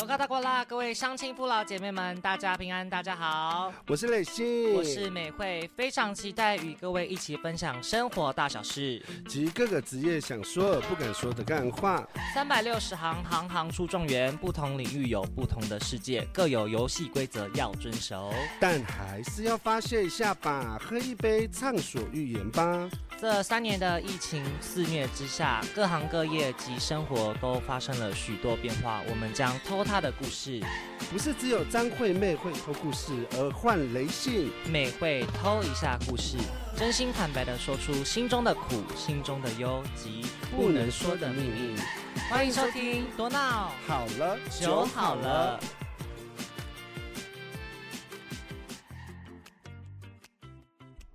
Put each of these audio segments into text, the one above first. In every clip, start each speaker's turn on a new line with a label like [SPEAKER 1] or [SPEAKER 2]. [SPEAKER 1] 龙哥大过啦，各位乡亲父老姐妹们，大家平安，大家好，
[SPEAKER 2] 我是磊鑫，
[SPEAKER 1] 我是美惠，非常期待与各位一起分享生活大小事，
[SPEAKER 2] 集各个职业想说而不敢说的干话。
[SPEAKER 1] 三百六十行，行行出状元，不同领域有不同的世界，各有游戏规则要遵守，
[SPEAKER 2] 但还是要发泄一下吧，喝一杯畅所欲言吧。
[SPEAKER 1] 这三年的疫情肆虐之下，各行各业及生活都发生了许多变化。我们将偷他的故事，
[SPEAKER 2] 不是只有张惠妹会偷故事，而换雷信
[SPEAKER 1] 美会偷一下故事，真心坦白的说出心中的苦、心中的忧及不能说的秘密。欢迎收听《多闹
[SPEAKER 2] 好了，
[SPEAKER 1] 酒好了》。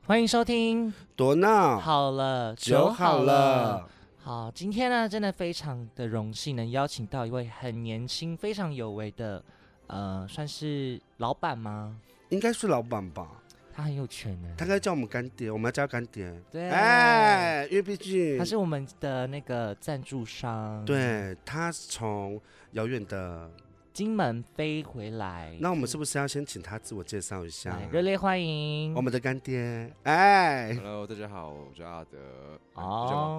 [SPEAKER 1] 欢迎收听
[SPEAKER 2] 多闹
[SPEAKER 1] 好了，
[SPEAKER 2] 哦酒好了。
[SPEAKER 1] 好，今天呢，真的非常的荣幸能邀请到一位很年轻、非常有为的，呃，算是老板吗？
[SPEAKER 2] 应该是老板吧？
[SPEAKER 1] 他很有权呢、
[SPEAKER 2] 他应该叫我们干爹，我们要叫他干爹。
[SPEAKER 1] 对
[SPEAKER 2] 哎，因为毕竟
[SPEAKER 1] 他是我们的那个赞助商，，
[SPEAKER 2] 对，他是从遥远的，
[SPEAKER 1] 金门飞回来。
[SPEAKER 2] 那我们是不是要先请他自我介绍一下
[SPEAKER 1] 来？热烈欢迎
[SPEAKER 2] 我们的干爹，哎，
[SPEAKER 3] Hello，大家好，我叫阿德。哦，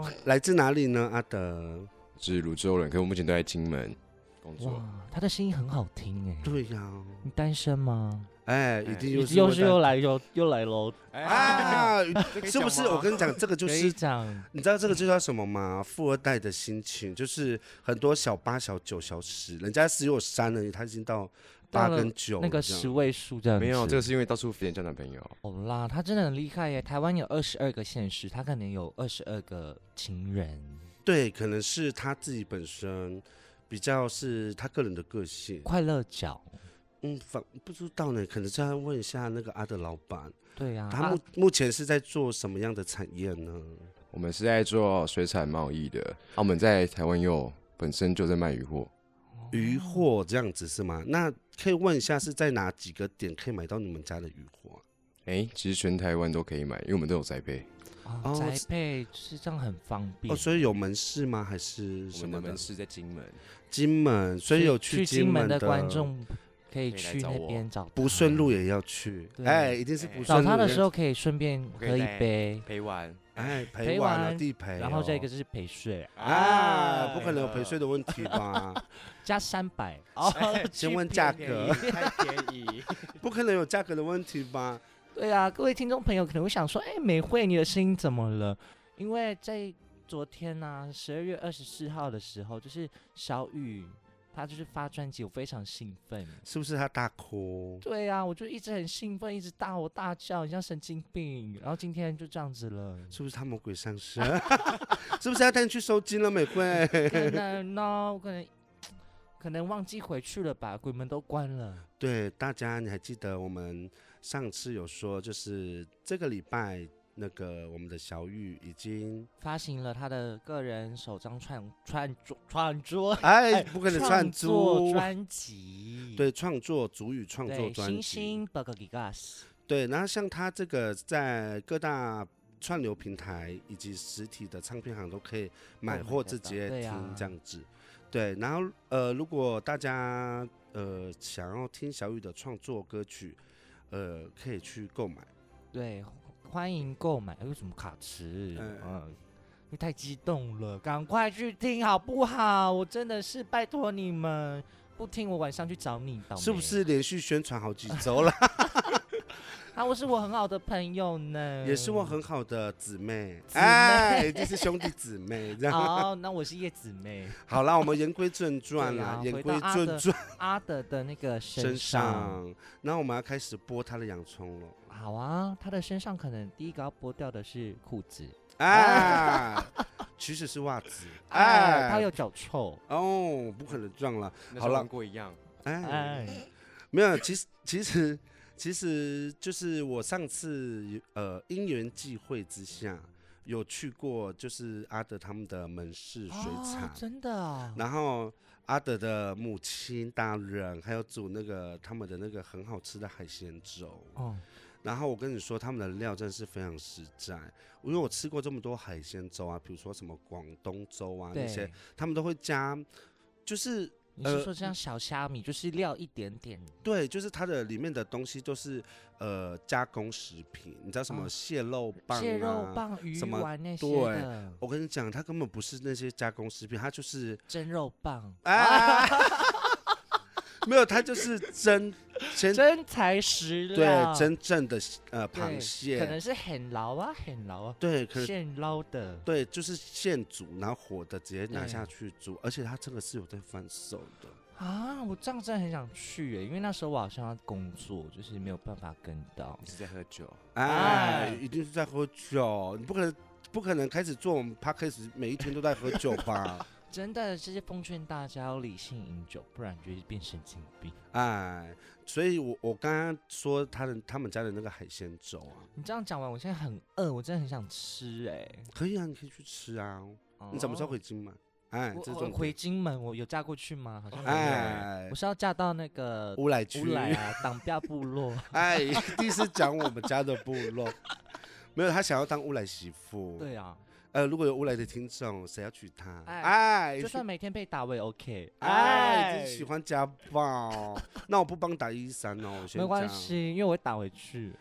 [SPEAKER 1] 哦，
[SPEAKER 2] 来自哪里呢？阿德。
[SPEAKER 3] 是泸州人，可我目前都在金门工作。
[SPEAKER 1] 哇，他的声音很好听哎。
[SPEAKER 2] 对呀、
[SPEAKER 1] 你单身吗？
[SPEAKER 2] 哎，一
[SPEAKER 3] 哎
[SPEAKER 2] 定
[SPEAKER 1] 又是
[SPEAKER 2] 又是
[SPEAKER 1] 又
[SPEAKER 2] 会
[SPEAKER 1] 是
[SPEAKER 2] 带
[SPEAKER 1] 又来又又来喽，
[SPEAKER 2] 啊，
[SPEAKER 3] 这可以
[SPEAKER 2] 是不是？
[SPEAKER 3] 讲吗
[SPEAKER 2] 我跟你讲，这个就
[SPEAKER 1] 可以
[SPEAKER 2] 是
[SPEAKER 1] 讲
[SPEAKER 2] 你知道这个就叫什么吗？富二代的心情，就是很多小八、小九、小十，人家只有三而已，他已经到八
[SPEAKER 1] 到了
[SPEAKER 2] 跟九
[SPEAKER 1] 那个
[SPEAKER 2] 这样
[SPEAKER 1] 十位数这样子。
[SPEAKER 3] 没有，这个是因为到处飞交男朋友。
[SPEAKER 1] 好啦，他真的很厉害耶！台湾有二十二个县市，他可能有二十二个情人。
[SPEAKER 2] 对，可能是他自己本身比较是他个人的个性。
[SPEAKER 1] 快乐角，
[SPEAKER 2] 嗯，反不知道呢，可能是要问一下那个阿德老板，
[SPEAKER 1] 对啊，
[SPEAKER 2] 他目、目前是在做什么样的产业呢？
[SPEAKER 3] 我们是在做水产贸易的，啊，我们在台湾又本身就在卖鱼货。
[SPEAKER 1] 啊
[SPEAKER 2] 鱼货这样子是吗？那可以问一下是在哪几个点可以买到你们家的鱼货啊？
[SPEAKER 3] 哎，其实全台湾都可以买，因为我们都有栽培。
[SPEAKER 1] 啊
[SPEAKER 2] 哦
[SPEAKER 1] 宅
[SPEAKER 2] 是
[SPEAKER 1] 配是这样很方便。
[SPEAKER 2] 哦，所以有门市吗？还是
[SPEAKER 3] 我
[SPEAKER 2] 什
[SPEAKER 3] 们
[SPEAKER 2] 么
[SPEAKER 3] 的
[SPEAKER 2] 的？
[SPEAKER 3] 门市在金门，
[SPEAKER 2] 金门，所以有
[SPEAKER 1] 去
[SPEAKER 2] 金
[SPEAKER 1] 门
[SPEAKER 2] 的
[SPEAKER 1] 观，众可以
[SPEAKER 3] 可以来
[SPEAKER 1] 去
[SPEAKER 3] 找
[SPEAKER 1] 那
[SPEAKER 3] 我
[SPEAKER 1] 边找
[SPEAKER 2] 不
[SPEAKER 1] 他
[SPEAKER 2] 顺路，也要去。
[SPEAKER 1] 对
[SPEAKER 2] 哎，一定是不顺
[SPEAKER 1] 找
[SPEAKER 2] 路
[SPEAKER 1] 他的
[SPEAKER 2] 也
[SPEAKER 1] 时候，可以顺便
[SPEAKER 3] 我可以
[SPEAKER 1] 喝一
[SPEAKER 3] 带
[SPEAKER 1] 杯，
[SPEAKER 3] 陪玩。
[SPEAKER 2] 哎，
[SPEAKER 1] 陪
[SPEAKER 2] 陪玩
[SPEAKER 1] 玩
[SPEAKER 2] 了地陪哦，
[SPEAKER 1] 然后再一个哎就是陪睡，
[SPEAKER 2] 啊，不可能有陪睡的问题吧？
[SPEAKER 1] 加三百。哦，
[SPEAKER 2] 请问价格？
[SPEAKER 3] 太便 宜。
[SPEAKER 2] 不可能有价格的问题吧？
[SPEAKER 1] 对啊，各位听众朋友可能会想说，哎，美惠，你的声音怎么了？因为在昨天呢、十二月二十四号的时候，就是小雨她就是发专辑，我非常兴奋。
[SPEAKER 2] 是不是他大哭？
[SPEAKER 1] 对啊，我就一直很兴奋，一直大吼大叫，很像神经病。然后今天就这样子了，
[SPEAKER 2] 是不是他魔鬼上身？ 是不是要带你去收金了，玫瑰？
[SPEAKER 1] 可能呢，我可能可能忘记回去了吧，鬼门都关了。
[SPEAKER 2] 对大家，你还记得我们上次有说，就是这个礼拜那个我们的小玉已经
[SPEAKER 1] 发行了他的个人首张创创作创作
[SPEAKER 2] 哎，不可能
[SPEAKER 1] 创
[SPEAKER 2] 串
[SPEAKER 1] 作
[SPEAKER 2] 珠，
[SPEAKER 1] 专辑，
[SPEAKER 2] 对，创作主语创作
[SPEAKER 1] 对，
[SPEAKER 2] 专
[SPEAKER 1] 星
[SPEAKER 2] 辑，
[SPEAKER 1] 星 b u g g a s
[SPEAKER 2] 对，然后像他这个在各大串流平台以及实体的唱片行都可以买
[SPEAKER 1] 都买
[SPEAKER 2] 货
[SPEAKER 1] 得
[SPEAKER 2] 自
[SPEAKER 1] 到
[SPEAKER 2] 己也
[SPEAKER 1] 对
[SPEAKER 2] 听
[SPEAKER 1] 啊
[SPEAKER 2] 这样子，对，然后呃，如果大家呃想要听小雨的创作歌曲，呃，可以去购买。
[SPEAKER 1] 对，欢迎购买。哎，为什么卡池？
[SPEAKER 2] 嗯
[SPEAKER 1] 嗯，因为太激动了，赶快去听好不好？我真的是拜托你们，不听我晚上去找你，倒霉
[SPEAKER 2] 是不？是连续宣传好 几周了？
[SPEAKER 1] 啊，我是我很好的朋友呢，
[SPEAKER 2] 也是我很好的姊妹，
[SPEAKER 1] 呃姊妹哦
[SPEAKER 2] 哎，就是兄弟姊妹这样。
[SPEAKER 1] 好，那我是叶子妹，
[SPEAKER 2] 好啦，我们言归正传
[SPEAKER 1] 对
[SPEAKER 2] 啦
[SPEAKER 1] 啊，
[SPEAKER 2] 言
[SPEAKER 1] 回
[SPEAKER 2] 归
[SPEAKER 1] 到阿
[SPEAKER 2] 正
[SPEAKER 1] 德
[SPEAKER 2] 传
[SPEAKER 1] 阿德的那个
[SPEAKER 2] 身
[SPEAKER 1] 身上，
[SPEAKER 2] 上，那我们要开始剥他的洋葱了。
[SPEAKER 1] 好啊，他的身上可能第一个要剥掉的是裤子，
[SPEAKER 2] 啊，其实是袜子，
[SPEAKER 1] 哎，他
[SPEAKER 2] 哎
[SPEAKER 1] 有，脚臭，
[SPEAKER 2] 哦，不可能撞了，
[SPEAKER 3] 好了，
[SPEAKER 2] 跟
[SPEAKER 3] 过一样。
[SPEAKER 2] 哎
[SPEAKER 1] 哎，，
[SPEAKER 2] 没有，其实其实其实就是我上次呃因缘际会之下有去过，就是阿德他们的门市水
[SPEAKER 1] 哦
[SPEAKER 2] 产，
[SPEAKER 1] 真的啊，
[SPEAKER 2] 然后阿德的母亲大人还有煮那个他们的那个很好吃的海鲜粥，
[SPEAKER 1] 哦，
[SPEAKER 2] 然后我跟你说他们的料真是非常实在，因为我吃过这么多海鲜粥啊，比如说什么广东粥啊那些
[SPEAKER 1] 对，，
[SPEAKER 2] 他们都会加，就是
[SPEAKER 1] 你是
[SPEAKER 2] 呃
[SPEAKER 1] 说这样小虾米就是料一点点？
[SPEAKER 2] 对，就是它的里面的东西都是呃加工食品，你知道什么
[SPEAKER 1] 哦
[SPEAKER 2] 蟹肉棒、啊、
[SPEAKER 1] 蟹肉棒、鱼
[SPEAKER 2] 什么
[SPEAKER 1] 丸那些
[SPEAKER 2] 对
[SPEAKER 1] 的
[SPEAKER 2] 我跟你讲，它根本不是那些加工食品，它就是
[SPEAKER 1] 蒸肉棒，
[SPEAKER 2] 啊，没有，它就是真真
[SPEAKER 1] 真材实料，
[SPEAKER 2] 对真正的呃
[SPEAKER 1] 对
[SPEAKER 2] 螃
[SPEAKER 1] 可
[SPEAKER 2] 蟹，
[SPEAKER 1] 能是很老啊，很老啊，
[SPEAKER 2] 对，可是
[SPEAKER 1] 现捞的。
[SPEAKER 2] 对，就是现煮，然后火的直接拿
[SPEAKER 1] 对
[SPEAKER 2] 下去煮，而且它这个是有在贩售的。
[SPEAKER 1] 啊，我这样真的很想去耶，因为那时候我好像要工作，就是没有办法跟到。
[SPEAKER 3] 你是在喝酒？
[SPEAKER 2] 哎
[SPEAKER 1] 哎，
[SPEAKER 2] 一定是在喝酒，你不可能不可能开始做我们 p 开始每一天都在喝酒吧？
[SPEAKER 1] 真的，这是奉劝大家要理性饮酒，不然就会变神经病。
[SPEAKER 2] 哎，所以我我刚刚说他的他们家的那个海鲜粥啊，
[SPEAKER 1] 你这样讲完，我现在很饿，我真的很想吃哎。
[SPEAKER 2] 可以啊，你可以去吃啊。你什么时候
[SPEAKER 1] 哦
[SPEAKER 2] 回金门？哎，
[SPEAKER 1] 我
[SPEAKER 2] 这
[SPEAKER 1] 我
[SPEAKER 2] 种
[SPEAKER 1] 回金门，我有嫁过去吗？好像没有欸
[SPEAKER 2] 哎
[SPEAKER 1] 我，是要嫁到那个
[SPEAKER 2] 乌来区
[SPEAKER 1] 乌来啊，党标部 落。
[SPEAKER 2] 哎，一定是讲我们家的部 落。没有，他想要当乌来媳妇。，
[SPEAKER 1] 对啊，
[SPEAKER 2] 呃，如果有乌来的听众，谁要娶她？
[SPEAKER 1] 哎
[SPEAKER 2] 哎，
[SPEAKER 1] 就算每天被打我也 OK。
[SPEAKER 2] 哎，真喜欢家 暴。那我不帮打一三哦，我先
[SPEAKER 1] 没关
[SPEAKER 2] 讲。
[SPEAKER 1] 系，因为我会打回去。
[SPEAKER 2] 哦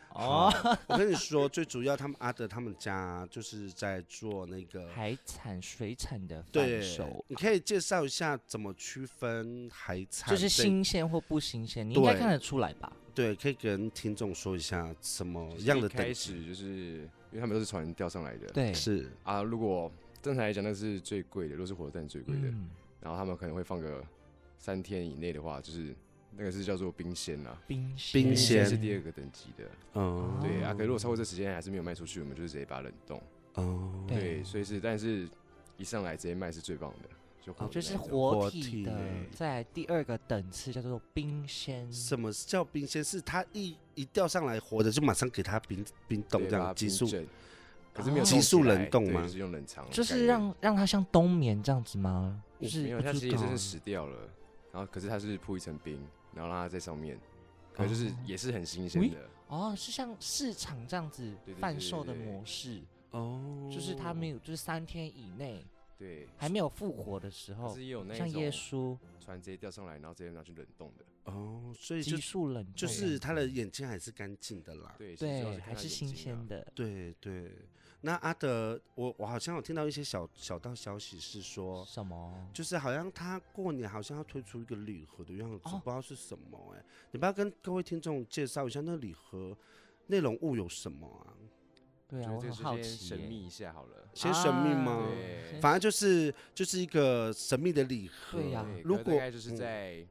[SPEAKER 1] 哦，，
[SPEAKER 2] 我跟你说，最主要他们阿德他们家就是在做那个
[SPEAKER 1] 海产、水产的
[SPEAKER 2] 对
[SPEAKER 1] 贩售，，
[SPEAKER 2] 你可以介绍一下怎么区分海产这，
[SPEAKER 1] 就是新鲜或不新鲜，你应该
[SPEAKER 2] 对
[SPEAKER 1] 看得出来吧？
[SPEAKER 2] 对，可以跟听众说一下什么
[SPEAKER 3] 就是
[SPEAKER 2] 样
[SPEAKER 3] 一
[SPEAKER 2] 的
[SPEAKER 3] 开
[SPEAKER 2] 等
[SPEAKER 3] 始
[SPEAKER 2] 级
[SPEAKER 3] 就是因为他们都是船钓上来的。
[SPEAKER 1] 对，
[SPEAKER 2] 是
[SPEAKER 3] 啊，如果正常来讲，那是最贵的，如果是活蛋最贵的。
[SPEAKER 1] 嗯，
[SPEAKER 3] 然后他们可能会放个三天以内的话，就是那个是叫做冰鲜啦。
[SPEAKER 1] 冰
[SPEAKER 2] 冰鲜
[SPEAKER 3] 是第二个等级的，
[SPEAKER 2] 嗯，
[SPEAKER 3] 对啊。
[SPEAKER 1] 哦
[SPEAKER 3] 可是如果超过这时间还是没有卖出去，我们就是直接把它冷冻。
[SPEAKER 2] 哦，
[SPEAKER 1] 对
[SPEAKER 3] 对，所以是，但是一上来直接卖是最棒的，就活
[SPEAKER 1] 哦，
[SPEAKER 3] 的
[SPEAKER 1] 就是
[SPEAKER 3] 那种
[SPEAKER 1] 活
[SPEAKER 2] 活
[SPEAKER 1] 体
[SPEAKER 2] 体
[SPEAKER 1] 的
[SPEAKER 3] 对。
[SPEAKER 1] 在第二个等次叫做冰鲜，
[SPEAKER 2] 什么叫冰鲜？是它一一钓上来活的，就马上给它冰冰冻
[SPEAKER 3] 对
[SPEAKER 2] 这
[SPEAKER 3] 把
[SPEAKER 2] 样
[SPEAKER 3] 它
[SPEAKER 2] 急
[SPEAKER 3] 冰
[SPEAKER 2] 速。
[SPEAKER 3] 镇可是没有
[SPEAKER 1] 哦
[SPEAKER 3] 冻
[SPEAKER 1] 急
[SPEAKER 3] 起
[SPEAKER 2] 速
[SPEAKER 3] 来
[SPEAKER 2] 冷冻
[SPEAKER 3] 对
[SPEAKER 2] 吗
[SPEAKER 3] 就是用冷藏的概念，
[SPEAKER 1] 就是让让它像冬眠这样子吗？就
[SPEAKER 3] 没
[SPEAKER 1] 是
[SPEAKER 3] 有，
[SPEAKER 1] 不
[SPEAKER 3] 它
[SPEAKER 1] 知
[SPEAKER 3] 其实
[SPEAKER 1] 道
[SPEAKER 3] 真是死掉了。然后可是它是铺一层冰，然后让它在上面，可是就是
[SPEAKER 1] 哦
[SPEAKER 3] 也是很新鲜
[SPEAKER 1] 喂
[SPEAKER 3] 的。
[SPEAKER 1] 哦，是像市场这样子
[SPEAKER 3] 对对
[SPEAKER 1] 贩
[SPEAKER 3] 对
[SPEAKER 1] 售的
[SPEAKER 3] 对
[SPEAKER 1] 模式，
[SPEAKER 2] 哦
[SPEAKER 1] 就是它没有，就是三天以内
[SPEAKER 3] 对，
[SPEAKER 1] 还没有复活的时
[SPEAKER 3] 可
[SPEAKER 1] 候
[SPEAKER 3] 是，也有那
[SPEAKER 1] 哦像耶
[SPEAKER 3] 种
[SPEAKER 1] 稣
[SPEAKER 3] 船直接钓上来，然后直接拿去冷冻的。
[SPEAKER 2] 哦，所以就
[SPEAKER 1] 急速冷冻，
[SPEAKER 2] 就是它的眼睛还是干净的啦。
[SPEAKER 3] 对，其实主要
[SPEAKER 1] 对，
[SPEAKER 3] 看
[SPEAKER 1] 还
[SPEAKER 3] 它
[SPEAKER 1] 是
[SPEAKER 3] 眼
[SPEAKER 1] 新
[SPEAKER 3] 睛啊
[SPEAKER 1] 鲜。的。
[SPEAKER 2] 对对，那阿德，我我好像有听到一些小小道消息是
[SPEAKER 3] 哦
[SPEAKER 2] 说，
[SPEAKER 1] 什么？
[SPEAKER 2] 就是好像他过年好像要推出一个礼盒的样子，
[SPEAKER 1] 哦
[SPEAKER 2] 不知道是什么哎、你不要跟各位听众介绍一下那礼盒内容物有什么啊？
[SPEAKER 1] 对啊，
[SPEAKER 3] 就
[SPEAKER 1] 我
[SPEAKER 3] 是这
[SPEAKER 1] 很
[SPEAKER 3] 个
[SPEAKER 1] 好
[SPEAKER 3] 时间
[SPEAKER 1] 奇
[SPEAKER 3] 神
[SPEAKER 1] 耶
[SPEAKER 3] 秘一下好了。
[SPEAKER 2] 先神秘
[SPEAKER 1] 啊
[SPEAKER 2] 吗？
[SPEAKER 3] 对
[SPEAKER 1] 先
[SPEAKER 2] 反正就是就是一个神秘的礼盒。
[SPEAKER 1] 对呀
[SPEAKER 3] 对，
[SPEAKER 2] 如
[SPEAKER 3] 可是
[SPEAKER 2] 果
[SPEAKER 3] 大概就是
[SPEAKER 2] 嗯
[SPEAKER 3] 在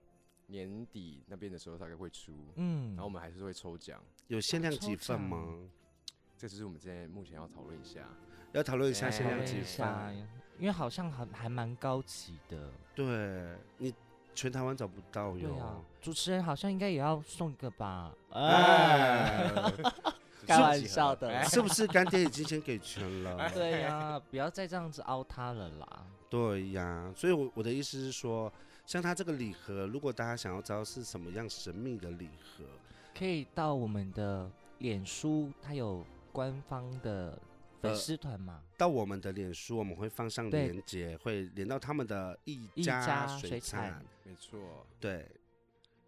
[SPEAKER 3] 年底那边的时候，大概会出，
[SPEAKER 1] 嗯
[SPEAKER 3] 然后我们还是会抽奖。
[SPEAKER 2] 有限量
[SPEAKER 1] 抽
[SPEAKER 2] 几份
[SPEAKER 1] 奖
[SPEAKER 2] 吗？
[SPEAKER 3] 这只是我们现在目前要讨论一下。
[SPEAKER 2] 要讨论一下
[SPEAKER 3] 哎
[SPEAKER 2] 限
[SPEAKER 1] 讨
[SPEAKER 2] 量
[SPEAKER 1] 论
[SPEAKER 2] 几
[SPEAKER 1] 一下
[SPEAKER 2] 份。，
[SPEAKER 1] 因为好像还还蛮高级的。
[SPEAKER 2] 对你全台湾找不到
[SPEAKER 1] 对
[SPEAKER 2] 哟。
[SPEAKER 1] 啊，主持人好像应该也要送一个吧？哎，
[SPEAKER 2] 哎，
[SPEAKER 1] 开玩笑的
[SPEAKER 3] 哎
[SPEAKER 1] 啦。
[SPEAKER 2] 是不是干爹已经先给全 了？
[SPEAKER 1] 对呀、不要再这样子凹他了啦。
[SPEAKER 2] 对呀，所以我我的意思是说，像它这个礼盒，如果大家想要知道是什么样神秘的礼盒，
[SPEAKER 1] 可以到我们的脸书，它有官方的粉
[SPEAKER 2] 呃
[SPEAKER 1] 丝团嘛？
[SPEAKER 2] 到我们的脸书，我们会放上
[SPEAKER 1] 对
[SPEAKER 2] 链接，会连到他们的一
[SPEAKER 1] 一
[SPEAKER 2] 家
[SPEAKER 1] 家
[SPEAKER 2] 水
[SPEAKER 1] 水
[SPEAKER 2] 产
[SPEAKER 1] 产，，
[SPEAKER 3] 没错，
[SPEAKER 2] 对，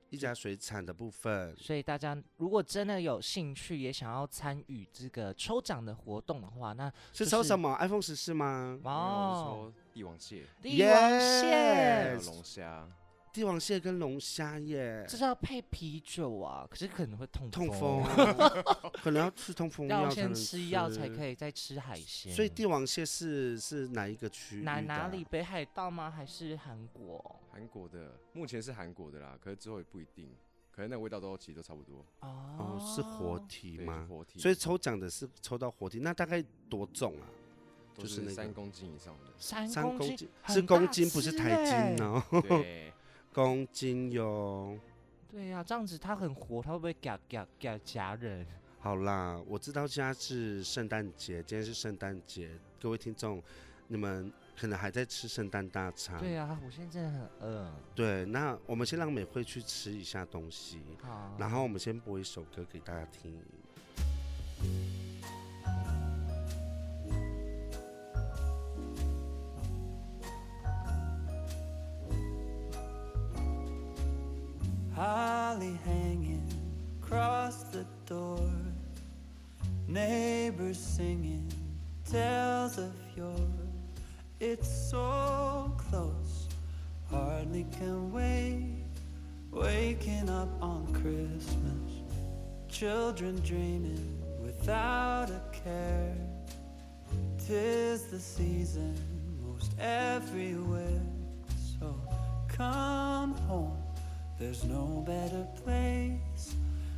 [SPEAKER 2] 一家水产的部分，
[SPEAKER 1] 所以大家如果真的有兴趣，也想要参与这个抽奖的活动的话，那
[SPEAKER 2] 是
[SPEAKER 1] 就
[SPEAKER 2] 抽
[SPEAKER 1] 是
[SPEAKER 2] 什么？iPhone 十四吗？
[SPEAKER 1] 哦，
[SPEAKER 3] 哦，帝王蟹，
[SPEAKER 1] 帝王
[SPEAKER 2] Yes
[SPEAKER 3] 还
[SPEAKER 1] 蟹
[SPEAKER 3] 有，龙虾，
[SPEAKER 2] 帝王蟹跟龙虾耶
[SPEAKER 1] 这，是要配啤酒啊，可是可能会痛
[SPEAKER 2] 痛风
[SPEAKER 1] 风，
[SPEAKER 2] 可能要吃 痛风药
[SPEAKER 1] 要
[SPEAKER 2] 才
[SPEAKER 1] 先
[SPEAKER 2] 能
[SPEAKER 1] 吃药才可
[SPEAKER 2] 以。
[SPEAKER 1] 以再吃海鲜。
[SPEAKER 2] 所以帝王蟹是是哪一个区域的
[SPEAKER 1] 哪
[SPEAKER 2] 啊？
[SPEAKER 1] 哪里？北海道吗？还是韩国？
[SPEAKER 3] 韩国的，目前是韩国的啦，可是之后也不一定，可能那味道都其实都差不多。
[SPEAKER 1] 哦。
[SPEAKER 2] 哦，是活体
[SPEAKER 3] 哦对，
[SPEAKER 2] 吗
[SPEAKER 3] 是？活体，
[SPEAKER 2] 所以抽奖的是抽到活体，那大概多重啊？
[SPEAKER 3] 就
[SPEAKER 2] 就是那
[SPEAKER 3] 是
[SPEAKER 2] 个
[SPEAKER 3] 三公斤以上的
[SPEAKER 1] 三
[SPEAKER 2] 三
[SPEAKER 1] 公
[SPEAKER 2] 公
[SPEAKER 1] 斤
[SPEAKER 2] 斤
[SPEAKER 1] 很
[SPEAKER 2] 是公
[SPEAKER 1] 大
[SPEAKER 2] 斤，不是
[SPEAKER 1] 只
[SPEAKER 2] 台
[SPEAKER 1] 欸
[SPEAKER 2] 斤哦，
[SPEAKER 3] 对，
[SPEAKER 2] 公斤哟。
[SPEAKER 1] 对呀、这样子它很活，它会不会夹夹夹夹人？
[SPEAKER 2] 好啦，我知道现在是圣诞节，今天是圣诞节，各位听众，你们可能还在吃圣诞大餐。
[SPEAKER 1] 对啊，我现在真的很饿。
[SPEAKER 2] 对那我们先让美惠去吃一下东西，
[SPEAKER 1] 好，
[SPEAKER 2] 然后我们先播一首歌给大家听。
[SPEAKER 4] dolly hanging across the door. Neighbors singing tales of yore. It's so close, hardly can wait. Waking up on Christmas, children dreaming without a care. Tis the season most everywhere, so come home. There's no better place.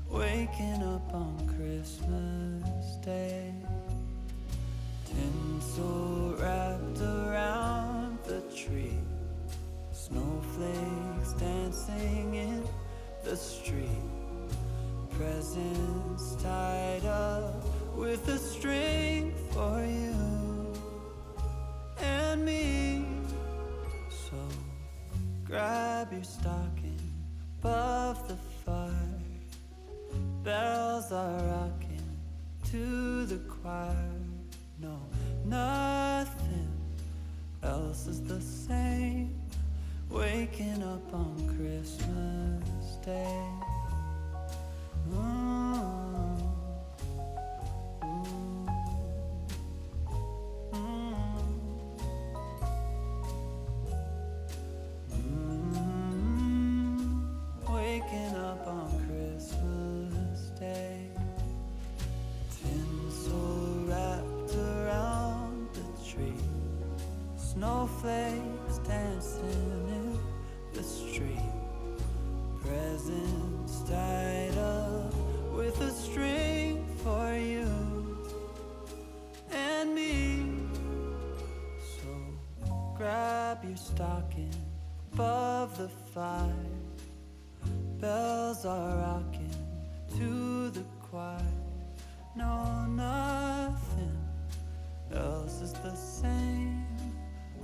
[SPEAKER 4] Waking up on Christmas Day. Tinsel wrapped around the tree. Snowflakes dancing in the street. Presents tied up with a string for you and me. So grab your stocking above the fire. Bells are rocking to the choir. No, nothing else is the same. Waking up on Christmas Day. Mm. Mm. Mm. Mm. Waking up on Christmas Day. Tinsel wrapped around the tree. Snowflakes dancing in the street. Presents tied up with a string for you and me. So grab your stocking above the fire. Bells are rocking to the choir. No, nothing else is the same.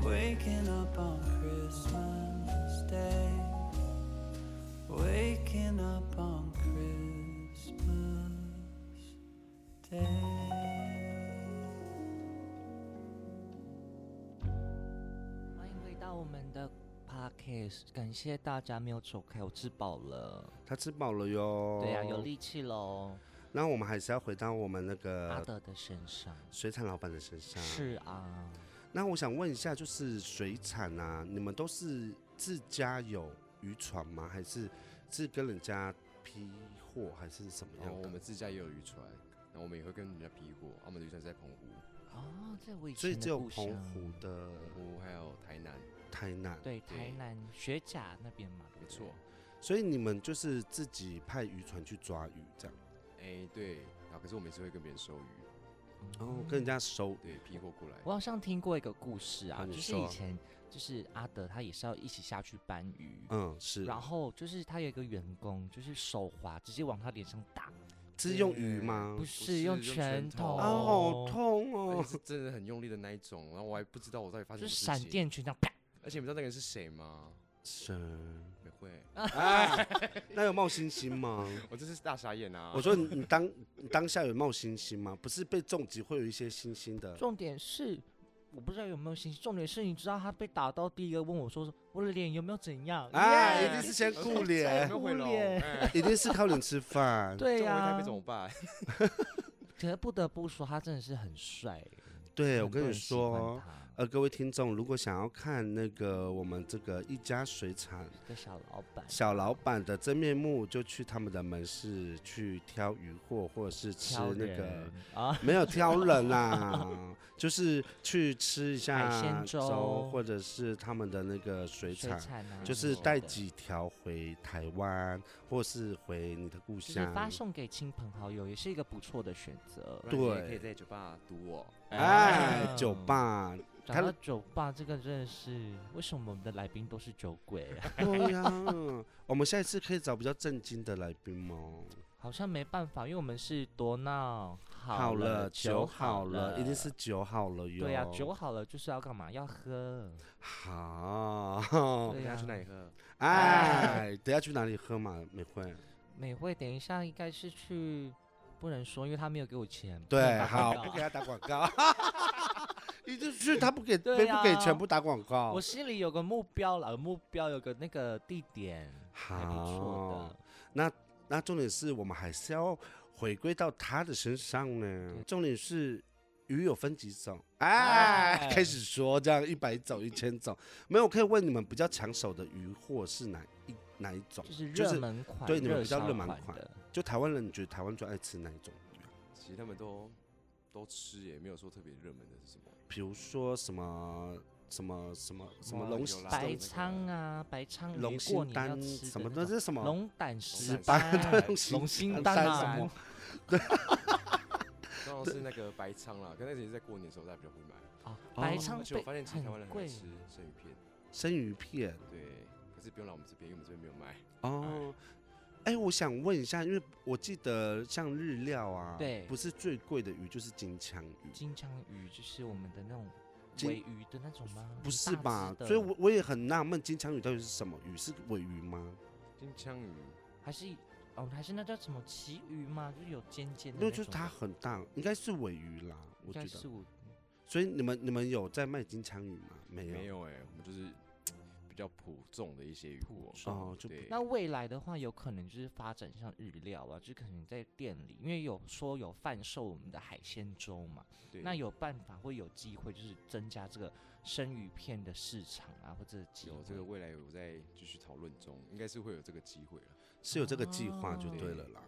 [SPEAKER 4] Waking up on Christmas Day. Waking up on Christmas Day.
[SPEAKER 1] 欢迎回到我们的 podcast，感谢大家没有走开，我吃饱了，
[SPEAKER 2] 他吃饱了哟。
[SPEAKER 1] 对呀、啊，有。力气喽，
[SPEAKER 2] 然后我们还是要回到我们那
[SPEAKER 1] 阿
[SPEAKER 2] 个
[SPEAKER 1] 德的身上。
[SPEAKER 2] 水产老板的身上。。
[SPEAKER 1] 啊是啊，
[SPEAKER 2] 那我想问一下，就是水产啊，你们都是自家有渔船吗？还是是跟人家批货，还是什么
[SPEAKER 3] 然
[SPEAKER 1] 哦
[SPEAKER 3] 后
[SPEAKER 2] 样
[SPEAKER 3] 哦我
[SPEAKER 2] 的？
[SPEAKER 3] 们自家也有渔船，然后我们也会跟人家批货。啊我们的渔船是在澎湖、
[SPEAKER 1] 哦，在我以
[SPEAKER 2] 所以
[SPEAKER 1] 前
[SPEAKER 2] 只
[SPEAKER 1] 的
[SPEAKER 2] 有
[SPEAKER 1] 故乡
[SPEAKER 2] 澎，湖的
[SPEAKER 3] 澎湖还有台南，
[SPEAKER 2] 台南。
[SPEAKER 1] 对，台
[SPEAKER 3] 对
[SPEAKER 1] 南学甲那边嘛，对
[SPEAKER 3] 没
[SPEAKER 1] 不对
[SPEAKER 3] 错。。
[SPEAKER 2] 所以你们就是自己派渔船去抓鱼这样，
[SPEAKER 3] 哎，对，然后可是我们也是会跟别人收鱼，
[SPEAKER 1] 哦
[SPEAKER 2] 然后哦跟人家收。
[SPEAKER 3] 对，批货过来。
[SPEAKER 1] 我好像听过一个故事啊，
[SPEAKER 2] 啊你
[SPEAKER 1] 就是
[SPEAKER 2] 说
[SPEAKER 1] 以前就是阿德他也是要一起下去搬鱼，
[SPEAKER 2] 嗯，是。
[SPEAKER 1] 然后就是他有一个员工就是手滑直接往他脸上打，
[SPEAKER 2] 嗯是用鱼吗
[SPEAKER 1] 不？
[SPEAKER 3] 是
[SPEAKER 1] 是用
[SPEAKER 3] 用
[SPEAKER 1] 拳
[SPEAKER 3] 拳
[SPEAKER 1] 头，
[SPEAKER 3] 头
[SPEAKER 2] 啊，好痛
[SPEAKER 1] 哎
[SPEAKER 2] 哦
[SPEAKER 3] 而且！啊是真的很用力的那一种，然后我还不知道我到底
[SPEAKER 2] 啊
[SPEAKER 3] 发
[SPEAKER 1] 就
[SPEAKER 3] 生
[SPEAKER 1] 是
[SPEAKER 3] 什
[SPEAKER 1] 闪
[SPEAKER 3] 么事情。
[SPEAKER 1] 电拳这样啪，
[SPEAKER 3] 而且你们知道那个人是谁吗？
[SPEAKER 2] 神，
[SPEAKER 3] 美惠，
[SPEAKER 1] 啊
[SPEAKER 2] 哎，那有冒星星吗？
[SPEAKER 3] 我这是大傻眼啊！
[SPEAKER 2] 我说你你当你当下有冒星星吗？不是被重击会有一些星星的，
[SPEAKER 1] 重点是我不知道有没有信息，重点是你知道他被打到第一个问我说我的脸有没有怎样？
[SPEAKER 2] 哎，
[SPEAKER 1] 耶
[SPEAKER 2] 一定是先顾
[SPEAKER 3] 哎
[SPEAKER 2] 脸
[SPEAKER 3] 没，有回笼
[SPEAKER 1] 敷脸
[SPEAKER 3] 哎
[SPEAKER 2] 一定是靠脸吃饭。
[SPEAKER 1] 对啊
[SPEAKER 3] 这
[SPEAKER 1] 呀、
[SPEAKER 3] 我回台北怎么办？
[SPEAKER 1] 可是不得不说他真的是很帅，
[SPEAKER 2] 对，
[SPEAKER 1] 很
[SPEAKER 2] 我
[SPEAKER 1] 多
[SPEAKER 2] 跟你
[SPEAKER 1] 人喜欢
[SPEAKER 2] 说，
[SPEAKER 1] 他
[SPEAKER 2] 呃，各位听众，如果想要看那个我们这个一家水产
[SPEAKER 1] 一个小老板，
[SPEAKER 2] 小老板的真面目，就去他们的门市去挑鱼货，或者是吃
[SPEAKER 1] 挑
[SPEAKER 2] 那个
[SPEAKER 1] 人啊，
[SPEAKER 2] 没有挑人啦、 就是去吃一下
[SPEAKER 1] 海鲜粥
[SPEAKER 2] 或者是他们的那个水
[SPEAKER 1] 水
[SPEAKER 2] 产，
[SPEAKER 1] 产啊，
[SPEAKER 2] 就是
[SPEAKER 1] 什么
[SPEAKER 2] 带
[SPEAKER 1] 的
[SPEAKER 2] 几条回台湾，或是回你的故
[SPEAKER 1] 就是
[SPEAKER 2] 乡。
[SPEAKER 1] 发送给亲朋好友，也是一个不错的选择。
[SPEAKER 3] 不然你也
[SPEAKER 2] 对
[SPEAKER 3] 可以在酒吧堵我。
[SPEAKER 2] 哎
[SPEAKER 1] 啊，
[SPEAKER 2] 酒 吧，
[SPEAKER 1] 讲
[SPEAKER 2] 他
[SPEAKER 1] 到酒吧，这个真的是为什么我们的来宾都是酒鬼啊？
[SPEAKER 2] 对呀、我们下一次可以找比较正经的来宾哦吗？
[SPEAKER 1] 好像没办法，因为我们是多闹
[SPEAKER 2] 好
[SPEAKER 1] 了，
[SPEAKER 2] 酒
[SPEAKER 1] 好
[SPEAKER 2] 好了，一定是酒好了哟。
[SPEAKER 1] 对呀、啊酒好了就是要干嘛？要喝。
[SPEAKER 2] 好，
[SPEAKER 1] 对啊
[SPEAKER 3] 等
[SPEAKER 1] 呀、
[SPEAKER 3] 下去哪里喝？
[SPEAKER 2] 哎，等下去哪里喝嘛？美惠，
[SPEAKER 1] 美惠，等一下应该是去，不能说，因为他没有给我钱。不能
[SPEAKER 2] 对，
[SPEAKER 1] 打
[SPEAKER 2] 好，
[SPEAKER 1] 广
[SPEAKER 2] 不
[SPEAKER 1] 告
[SPEAKER 2] 给他打广告。 一定是他不给，
[SPEAKER 1] 对
[SPEAKER 2] 不给
[SPEAKER 1] 呀
[SPEAKER 2] 全部打广告
[SPEAKER 1] 我。心里有个目标了，目标有个那个地点，还不错
[SPEAKER 2] 好
[SPEAKER 1] 的。
[SPEAKER 2] 那那重点是我们还是要回归到他的身上呢。重点是鱼有分几种，哎
[SPEAKER 1] 哎，
[SPEAKER 2] 开始说这样一百种、一千种，没有可以问你们比较抢手的鱼货是哪一哪一种？
[SPEAKER 1] 就是
[SPEAKER 2] 就
[SPEAKER 1] 热
[SPEAKER 2] 是
[SPEAKER 1] 门款，
[SPEAKER 2] 对你们比较
[SPEAKER 1] 烧
[SPEAKER 2] 热门款
[SPEAKER 1] 的，
[SPEAKER 2] 就台湾人，你觉得台湾最爱吃哪一种鱼啊？
[SPEAKER 3] 其实他们都都吃，也没有说特别热门的是什么。
[SPEAKER 2] 比如说什么什么什么什么
[SPEAKER 3] 哇
[SPEAKER 2] 龙
[SPEAKER 3] 有
[SPEAKER 2] 虾
[SPEAKER 3] 啦
[SPEAKER 1] 白
[SPEAKER 3] 龙
[SPEAKER 1] 鲳啊，白鲳鱼
[SPEAKER 2] 龙
[SPEAKER 1] 过
[SPEAKER 2] 心
[SPEAKER 1] 年要
[SPEAKER 2] 丹
[SPEAKER 1] 吃
[SPEAKER 2] 什么
[SPEAKER 1] 那
[SPEAKER 2] 的，
[SPEAKER 1] 种
[SPEAKER 2] 这是什么？
[SPEAKER 1] 龙胆石
[SPEAKER 3] 龙
[SPEAKER 1] 斑哦
[SPEAKER 3] 胆 石斑、
[SPEAKER 1] 龙心丹
[SPEAKER 2] 心丹
[SPEAKER 1] 啊
[SPEAKER 2] 什么，
[SPEAKER 3] 刚好是那个白鲳啦，跟那也是在过年的时候大家比较会买。
[SPEAKER 1] 啊，白鲳
[SPEAKER 3] 而且我
[SPEAKER 1] 被
[SPEAKER 3] 发现其实台湾
[SPEAKER 1] 很
[SPEAKER 3] 人很爱
[SPEAKER 1] 贵，
[SPEAKER 3] 吃生鱼片，
[SPEAKER 2] 生鱼片
[SPEAKER 3] 对，可是不用来我们这边，因为我们这边没有卖。
[SPEAKER 2] 哦。哎，我想问一下，因为我记得像日料啊，
[SPEAKER 1] 对
[SPEAKER 2] 不是最贵的鱼就是金枪鱼，
[SPEAKER 1] 金枪鱼就是我们的那种
[SPEAKER 2] 金
[SPEAKER 1] 尾鱼的那种吗？
[SPEAKER 2] 不
[SPEAKER 1] 很
[SPEAKER 2] 是
[SPEAKER 1] 大
[SPEAKER 2] 吧
[SPEAKER 1] 只？的
[SPEAKER 2] 所以我我也很纳闷，金枪鱼到底是什么鱼？是尾鱼吗？
[SPEAKER 3] 金枪鱼，
[SPEAKER 1] 还是哦，还是那叫什么旗鱼吗？就是有尖尖的
[SPEAKER 2] 因
[SPEAKER 1] 那种
[SPEAKER 2] 为
[SPEAKER 1] 的，
[SPEAKER 2] 就是它很大，应该是尾鱼啦，
[SPEAKER 1] 应
[SPEAKER 2] 我觉
[SPEAKER 1] 该
[SPEAKER 2] 得
[SPEAKER 1] 是。我
[SPEAKER 2] 所以你们你们有在卖金枪鱼吗？没有。
[SPEAKER 3] 没有哎，我们就是比较普众的一些鱼货
[SPEAKER 1] 普。
[SPEAKER 2] 哦，就
[SPEAKER 3] 对，
[SPEAKER 1] 那未来的话，有可能就是发展像日料啊，就可能在店里，因为有说有贩售我们的海鲜粥嘛，
[SPEAKER 3] 对
[SPEAKER 1] 那有办法会有机会，就是增加这个生鱼片的市场啊，或者机
[SPEAKER 3] 有
[SPEAKER 1] 会
[SPEAKER 3] 这个未来有在继续讨论中，应该是会有这个机会了。
[SPEAKER 2] 是有这个计划
[SPEAKER 1] 哦
[SPEAKER 2] 就对了啦。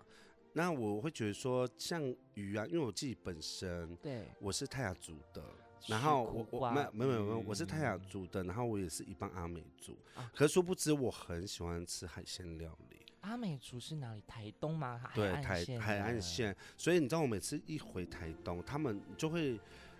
[SPEAKER 2] 那我会觉得说，像鱼啊，因为我自己本身
[SPEAKER 1] 对，
[SPEAKER 2] 我是泰雅族的，
[SPEAKER 1] 吃
[SPEAKER 2] 然后
[SPEAKER 1] 苦
[SPEAKER 2] 我我
[SPEAKER 1] 瓜
[SPEAKER 2] 没有没有没有没有，我是泰雅
[SPEAKER 1] 嗯
[SPEAKER 2] 族的，然后我也是一半阿美族
[SPEAKER 1] 啊。
[SPEAKER 2] 可是殊不知，我很喜欢吃海鲜料理，
[SPEAKER 1] 阿美族是哪里？台东吗？海
[SPEAKER 2] 对
[SPEAKER 1] 岸
[SPEAKER 2] 台
[SPEAKER 1] 线
[SPEAKER 2] 海岸
[SPEAKER 1] 的，
[SPEAKER 2] 线。所以你知道，我每次一回台东，他们就会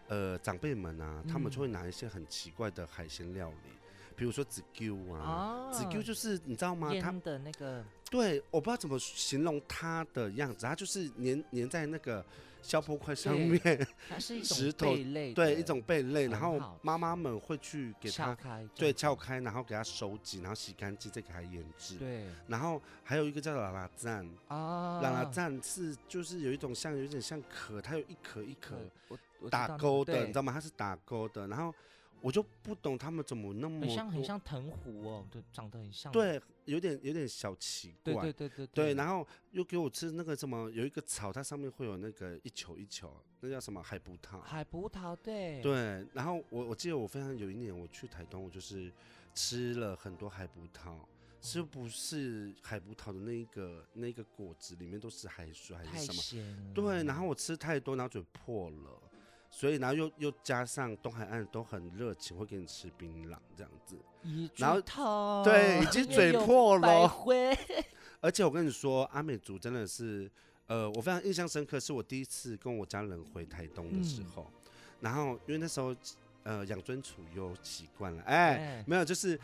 [SPEAKER 2] 呃长辈们啊，他们
[SPEAKER 1] 嗯
[SPEAKER 2] 就会拿一些很奇怪的海鲜料理，比如说子鸠啊，
[SPEAKER 1] 啊，
[SPEAKER 2] 子鸠就是你知道吗？它
[SPEAKER 1] 腌的那个
[SPEAKER 2] 对，我不知道怎么形容它的样子，它就是粘粘在那个消波块上
[SPEAKER 1] 对
[SPEAKER 2] 面，
[SPEAKER 1] 它是一种
[SPEAKER 2] 石头
[SPEAKER 1] 贝类的，
[SPEAKER 2] 对，一种贝类，
[SPEAKER 1] 很
[SPEAKER 2] 然后
[SPEAKER 1] 好
[SPEAKER 2] 妈妈们会去给
[SPEAKER 1] 撬
[SPEAKER 2] 它
[SPEAKER 1] 开，
[SPEAKER 2] 对撬，开，然后给它收紧，然后洗干净，再给它腌制。
[SPEAKER 1] 对
[SPEAKER 2] 然后还有一个叫拉拉赞，
[SPEAKER 1] 啊，
[SPEAKER 2] 拉拉赞是就是有一种像有点像壳，它有一壳一壳
[SPEAKER 1] 可我我知道
[SPEAKER 2] 打
[SPEAKER 1] 那
[SPEAKER 2] 勾
[SPEAKER 1] 个
[SPEAKER 2] 的，你知
[SPEAKER 1] 对
[SPEAKER 2] 道吗？它是打勾的，然后我就不懂他们怎么那么
[SPEAKER 1] 很像很
[SPEAKER 2] 多
[SPEAKER 1] 像藤壶哦，对，长得很像，
[SPEAKER 2] 对，有点有点小奇
[SPEAKER 1] 对
[SPEAKER 2] 怪，
[SPEAKER 1] 对对对
[SPEAKER 2] 对，
[SPEAKER 1] 后
[SPEAKER 2] 然后又给我吃那个什么，有一个草，它上面会有那个一球一球，那叫什么海葡萄。
[SPEAKER 1] 海葡萄对，
[SPEAKER 2] 对，然后我我记得我非常有一年我去台东，我就是吃了很多海葡萄，是不是海葡萄的那一个那个果汁里面都是海水还
[SPEAKER 1] 太
[SPEAKER 2] 是什么？
[SPEAKER 1] 咸了，
[SPEAKER 2] 对，然后我吃太多，然后嘴破了，所以然后又又加上东海岸都很热情，会给你吃槟榔这样子。
[SPEAKER 1] 一
[SPEAKER 2] 然后
[SPEAKER 1] 头
[SPEAKER 2] 对，已经嘴破
[SPEAKER 1] 哦白
[SPEAKER 2] 了。
[SPEAKER 1] 灰，
[SPEAKER 2] 而且我跟你说，阿美族真的是，呃，我非常印象深刻，是我第一次跟我家人回台东的时
[SPEAKER 1] 嗯
[SPEAKER 2] 候，然后因为那时候，呃，养尊处优习惯了，哎、
[SPEAKER 1] 哎
[SPEAKER 2] 没有，就是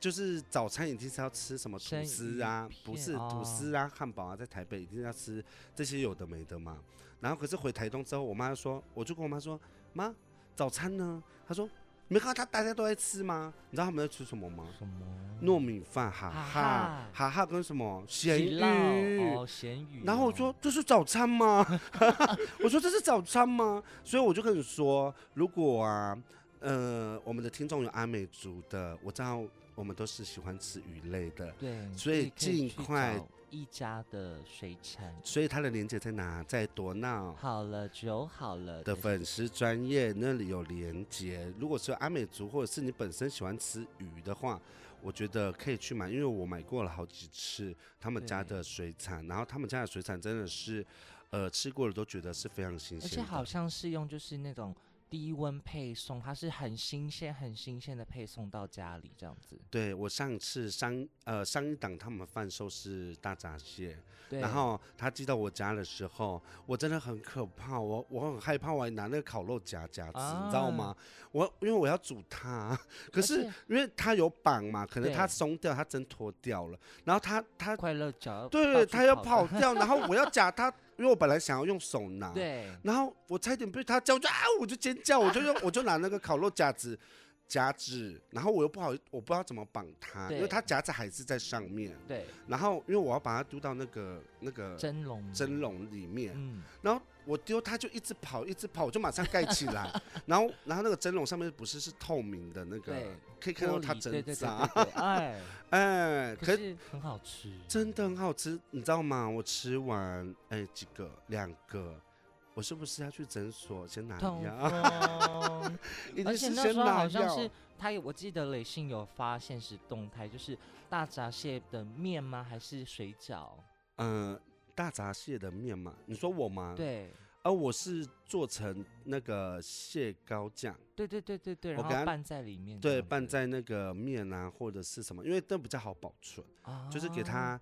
[SPEAKER 2] 就是早餐一定是要吃什么
[SPEAKER 1] 生
[SPEAKER 2] 吐司啊
[SPEAKER 1] 鱼，
[SPEAKER 2] 不
[SPEAKER 1] 片
[SPEAKER 2] 是
[SPEAKER 1] 哦
[SPEAKER 2] 吐司啊、汉堡啊，在台北一定要吃这些有的没的嘛。然后可是回台东之后，我妈就说，我就跟我妈说，妈，早餐呢？她说，你没看到他大家都在吃吗？你知道他们在吃什么吗？
[SPEAKER 1] 什么
[SPEAKER 2] 糯米饭，哈哈
[SPEAKER 1] 哈
[SPEAKER 2] 哈哈跟什么咸
[SPEAKER 1] 喜酪
[SPEAKER 2] 鱼。
[SPEAKER 1] 哦，咸鱼哦，
[SPEAKER 2] 然后我说这是早餐吗？ 我说这是早餐吗？所以我就跟你说，如果啊，呃，我们的听众有阿美族的，我知道我们都是喜欢吃鱼类的，
[SPEAKER 1] 对，
[SPEAKER 2] 所以
[SPEAKER 1] 可以
[SPEAKER 2] 尽
[SPEAKER 1] 去
[SPEAKER 2] 快
[SPEAKER 1] 找一家的水产。
[SPEAKER 2] 所以它的连接在哪？在多闹
[SPEAKER 1] 好了，酒好了
[SPEAKER 2] 哦的
[SPEAKER 1] 这
[SPEAKER 2] 粉丝专业那里有连接。如果是阿美族，或者是你本身喜欢吃鱼的话，我觉得可以去买，因为我买过了好几次他们家的水产，然后他们家的水产真的是，呃，吃过了都觉得是非常新
[SPEAKER 1] 而
[SPEAKER 2] 鲜
[SPEAKER 1] 且
[SPEAKER 2] 的。
[SPEAKER 1] 好像是用就是那种低温配送，它是很新鲜、很新鲜的配送到家里这样子。
[SPEAKER 2] 对我上次上呃上一档他们贩售是大闸蟹，
[SPEAKER 1] 对，
[SPEAKER 2] 然后他寄到我家的时候，我真的很可怕，我我很害怕，我还拿那个烤肉夹夹子，你知道吗？我因为我要煮它，
[SPEAKER 1] 啊
[SPEAKER 2] 可
[SPEAKER 1] 而
[SPEAKER 2] 是
[SPEAKER 1] 且
[SPEAKER 2] 因为它有绑嘛，可能它
[SPEAKER 1] 对
[SPEAKER 2] 松掉，它挣脱掉了，然后它它
[SPEAKER 1] 快乐脚，
[SPEAKER 2] 对
[SPEAKER 1] 到
[SPEAKER 2] 对，
[SPEAKER 1] 处
[SPEAKER 2] 它要
[SPEAKER 1] 跑
[SPEAKER 2] 跑
[SPEAKER 1] 的，
[SPEAKER 2] 掉，然后我要夹它，因为我本来想要用手拿，
[SPEAKER 1] 对，
[SPEAKER 2] 然后我差一点被它叫，我就啊我就尖叫，我就用我就拿那个烤肉夹子。夹子，然后我又不好，我不知道怎么绑它，因为
[SPEAKER 1] 对
[SPEAKER 2] 它夹子还是在上面。
[SPEAKER 1] 对，
[SPEAKER 2] 然后因为我要把它丢到那个那个
[SPEAKER 1] 蒸笼，
[SPEAKER 2] 蒸，笼里面，
[SPEAKER 1] 嗯，
[SPEAKER 2] 然后我丢它就一直跑，一直跑，我就马上盖起 来。然后然后那个蒸笼上面不是是透明的那个
[SPEAKER 1] 对，
[SPEAKER 2] 可以看到
[SPEAKER 1] 玻
[SPEAKER 2] 它
[SPEAKER 1] 璃
[SPEAKER 2] 挣
[SPEAKER 1] 对对对
[SPEAKER 2] 扎。
[SPEAKER 1] 对对 哎，
[SPEAKER 2] 哎，可
[SPEAKER 1] 可
[SPEAKER 2] 是
[SPEAKER 1] 是很好吃，
[SPEAKER 2] 真的很好吃，你知道吗？我吃完哎几个两个。我是不是要去诊所先拿
[SPEAKER 1] 痛
[SPEAKER 2] 药？
[SPEAKER 1] 风。
[SPEAKER 2] 一定
[SPEAKER 1] 而且
[SPEAKER 2] 是
[SPEAKER 1] 那
[SPEAKER 2] 先
[SPEAKER 1] 时候
[SPEAKER 2] 拿
[SPEAKER 1] 好像
[SPEAKER 2] 药
[SPEAKER 1] 是。他有，我记得雷信有发现实动态，就是大闸蟹的面吗？还是水饺？
[SPEAKER 2] 嗯，大闸蟹的面嘛，你说我吗？，
[SPEAKER 1] 对，
[SPEAKER 2] 啊，我是做成那个蟹膏酱，
[SPEAKER 1] 对对对对对，
[SPEAKER 2] 我
[SPEAKER 1] 然后
[SPEAKER 2] 给他
[SPEAKER 1] 拌在里面这样
[SPEAKER 2] 对，
[SPEAKER 1] 子，
[SPEAKER 2] 拌在那个面啊或者是什么，因为那比较好保存，
[SPEAKER 1] 啊，
[SPEAKER 2] 就是给它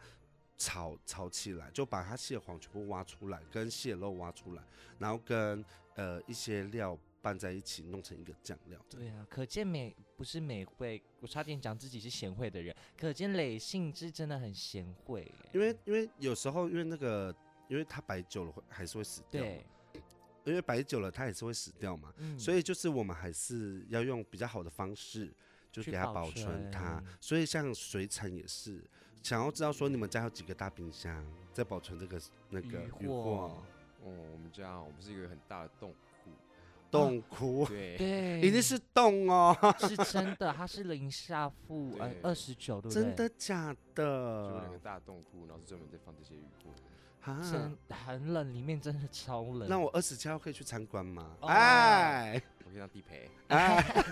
[SPEAKER 2] 炒炒起来，就把它蟹黄全部挖出来，跟蟹肉挖出来，然后跟呃一些料拌在一起，弄成一个酱料。
[SPEAKER 1] 对啊，可见美不是美惠，我差点讲自己是贤惠的人，可见磊信是真的很贤惠耶。
[SPEAKER 2] 因为因为有时候因为那个。因为它摆久了会还是会死掉，
[SPEAKER 1] 对，
[SPEAKER 2] 因为摆久了它也是会死掉嘛，
[SPEAKER 1] 嗯
[SPEAKER 2] 所以就是我们还是要用比较好的方式，就是
[SPEAKER 1] 去
[SPEAKER 2] 给它
[SPEAKER 1] 保
[SPEAKER 2] 保存它
[SPEAKER 1] 存。
[SPEAKER 2] 所以像水产也是，想要知道说你们家有几个大冰箱在保存这个那个
[SPEAKER 1] 鱼
[SPEAKER 2] 鱼
[SPEAKER 1] 货
[SPEAKER 2] 货
[SPEAKER 3] 哦，我们家我们是一个很大的洞窟，
[SPEAKER 1] 啊
[SPEAKER 2] 冻库，
[SPEAKER 3] 对，
[SPEAKER 1] 对，
[SPEAKER 2] 一定是冻哦，
[SPEAKER 1] 是真的，他是零下负呃
[SPEAKER 3] 对
[SPEAKER 1] 二十九，对不对？
[SPEAKER 2] 真的假
[SPEAKER 3] 就有两个
[SPEAKER 2] 的？
[SPEAKER 3] 大洞窟，然后是专门在放这些鱼货。
[SPEAKER 2] 啊，
[SPEAKER 1] 真很冷，里面真的超冷。
[SPEAKER 2] 那我二十七号可以去参观吗？
[SPEAKER 1] 哦
[SPEAKER 2] 哎
[SPEAKER 3] 我可以当地陪，
[SPEAKER 2] 哎，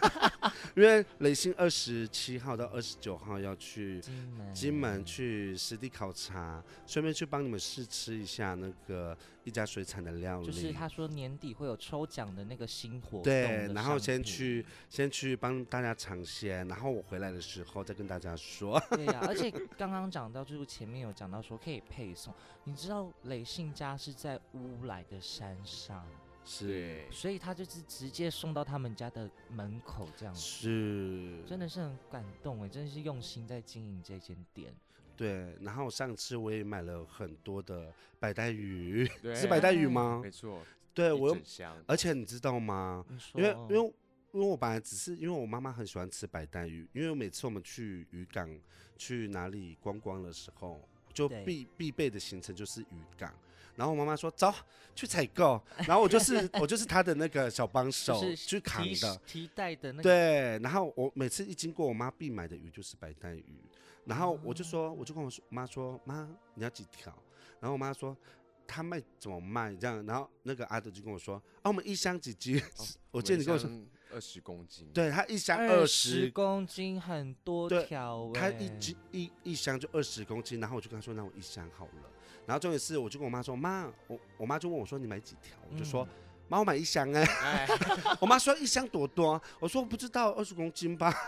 [SPEAKER 2] 因为雷星二十七号到二十九号要去
[SPEAKER 1] 金门，
[SPEAKER 2] 金门去实地考察，顺便去帮你们试吃一下那个一家水产的料理。
[SPEAKER 1] 就是他说年底会有抽奖的那个新活动的
[SPEAKER 2] 哦对，然
[SPEAKER 1] 商
[SPEAKER 2] 后先
[SPEAKER 1] 品
[SPEAKER 2] 去。先去帮大家尝鲜，然后我回来的时候再跟大家 说。
[SPEAKER 1] 对呀、而且刚刚讲到，就是前面有讲到说可以配送，你知道雷信家是在乌来的山上，
[SPEAKER 2] 是
[SPEAKER 1] 所以他就是直接送到他们家的门口这样子。
[SPEAKER 2] 是，
[SPEAKER 1] 真的是很感动哎，真的是用心在经营这间店。
[SPEAKER 2] 对。然后上次我也买了很多的白带鱼，
[SPEAKER 3] 对，
[SPEAKER 2] 是白带鱼吗？
[SPEAKER 3] 没错，
[SPEAKER 2] 对
[SPEAKER 3] 一
[SPEAKER 2] 我又
[SPEAKER 3] 整，箱，
[SPEAKER 2] 而且你知道吗？
[SPEAKER 1] 你说，
[SPEAKER 2] 因为因为因为我本来只是因为我妈妈很喜欢吃白带鱼，因为每次我们去渔港去哪里观光的时候，就
[SPEAKER 1] 对
[SPEAKER 2] 必必备的行程就是渔港。然后我妈妈说走去采购，然后我就是我就是她的那个小帮手
[SPEAKER 1] 就是
[SPEAKER 2] 去扛
[SPEAKER 1] 提
[SPEAKER 2] 的，
[SPEAKER 1] 提带的那个，
[SPEAKER 2] 对。然后我每次一经过我妈必买的鱼就是白带鱼，然后我就说我就跟我说妈说妈你要几条，然后我妈说。她卖怎么卖这样？然后那个阿德就跟我说：“啊，我们一箱几斤？
[SPEAKER 3] 哦
[SPEAKER 2] 我记得你跟我说，
[SPEAKER 3] 二十公斤，，
[SPEAKER 2] 对，它一箱二
[SPEAKER 1] 二十
[SPEAKER 2] 十，
[SPEAKER 1] 公斤很多
[SPEAKER 2] 对
[SPEAKER 1] 条哎，
[SPEAKER 2] 它一斤一一箱就二十公斤，然后我就跟他说，那我一箱好了。然后重点是，我就跟我妈说，妈，我我妈就问我说，你买几条？我就说，妈，我买一箱哎、
[SPEAKER 3] 哎，
[SPEAKER 2] 我妈说一箱多多，啊我说我不知道，二十公斤吧。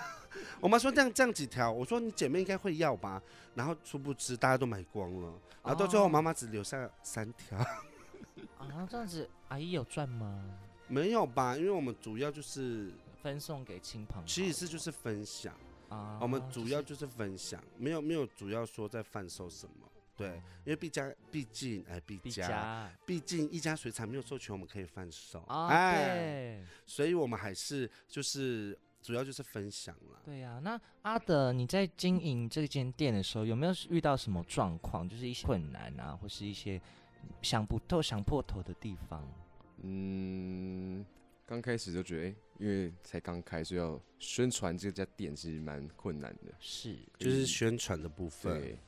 [SPEAKER 2] 我妈说这样这样几条，我说你姐妹应该会要吧。然后殊不知大家都买光了，然后到最
[SPEAKER 1] 哦
[SPEAKER 2] 后我妈妈只留下三条，
[SPEAKER 1] 啊，这样子阿姨有赚吗？
[SPEAKER 2] 没有吧？因为我们主要就是
[SPEAKER 1] 分送给亲朋好友，
[SPEAKER 2] 其实就是分享。
[SPEAKER 1] 啊，
[SPEAKER 2] 我们主要
[SPEAKER 1] 就
[SPEAKER 2] 就是分享，没有没有主要说在贩售什么。对，
[SPEAKER 1] 嗯
[SPEAKER 2] 因为毕家毕竟哎毕
[SPEAKER 1] 是
[SPEAKER 2] 家
[SPEAKER 1] 家
[SPEAKER 2] 毕竟一家水产没有授权，我们可以贩售。
[SPEAKER 1] 啊，
[SPEAKER 2] 哎，
[SPEAKER 1] 对
[SPEAKER 2] 所以我们还是就是主要就是分享啦。
[SPEAKER 1] 对呀。那阿德，你在经营这间店的时候，有没有遇到什么状况，就是一些困难啊，或是一些想不透、想破头的地方？
[SPEAKER 3] 嗯，刚开始就觉得，哎，因为才刚开，所以要宣传这家店其实蛮困难的，
[SPEAKER 1] 是
[SPEAKER 2] 就是宣传的部分
[SPEAKER 3] 对，。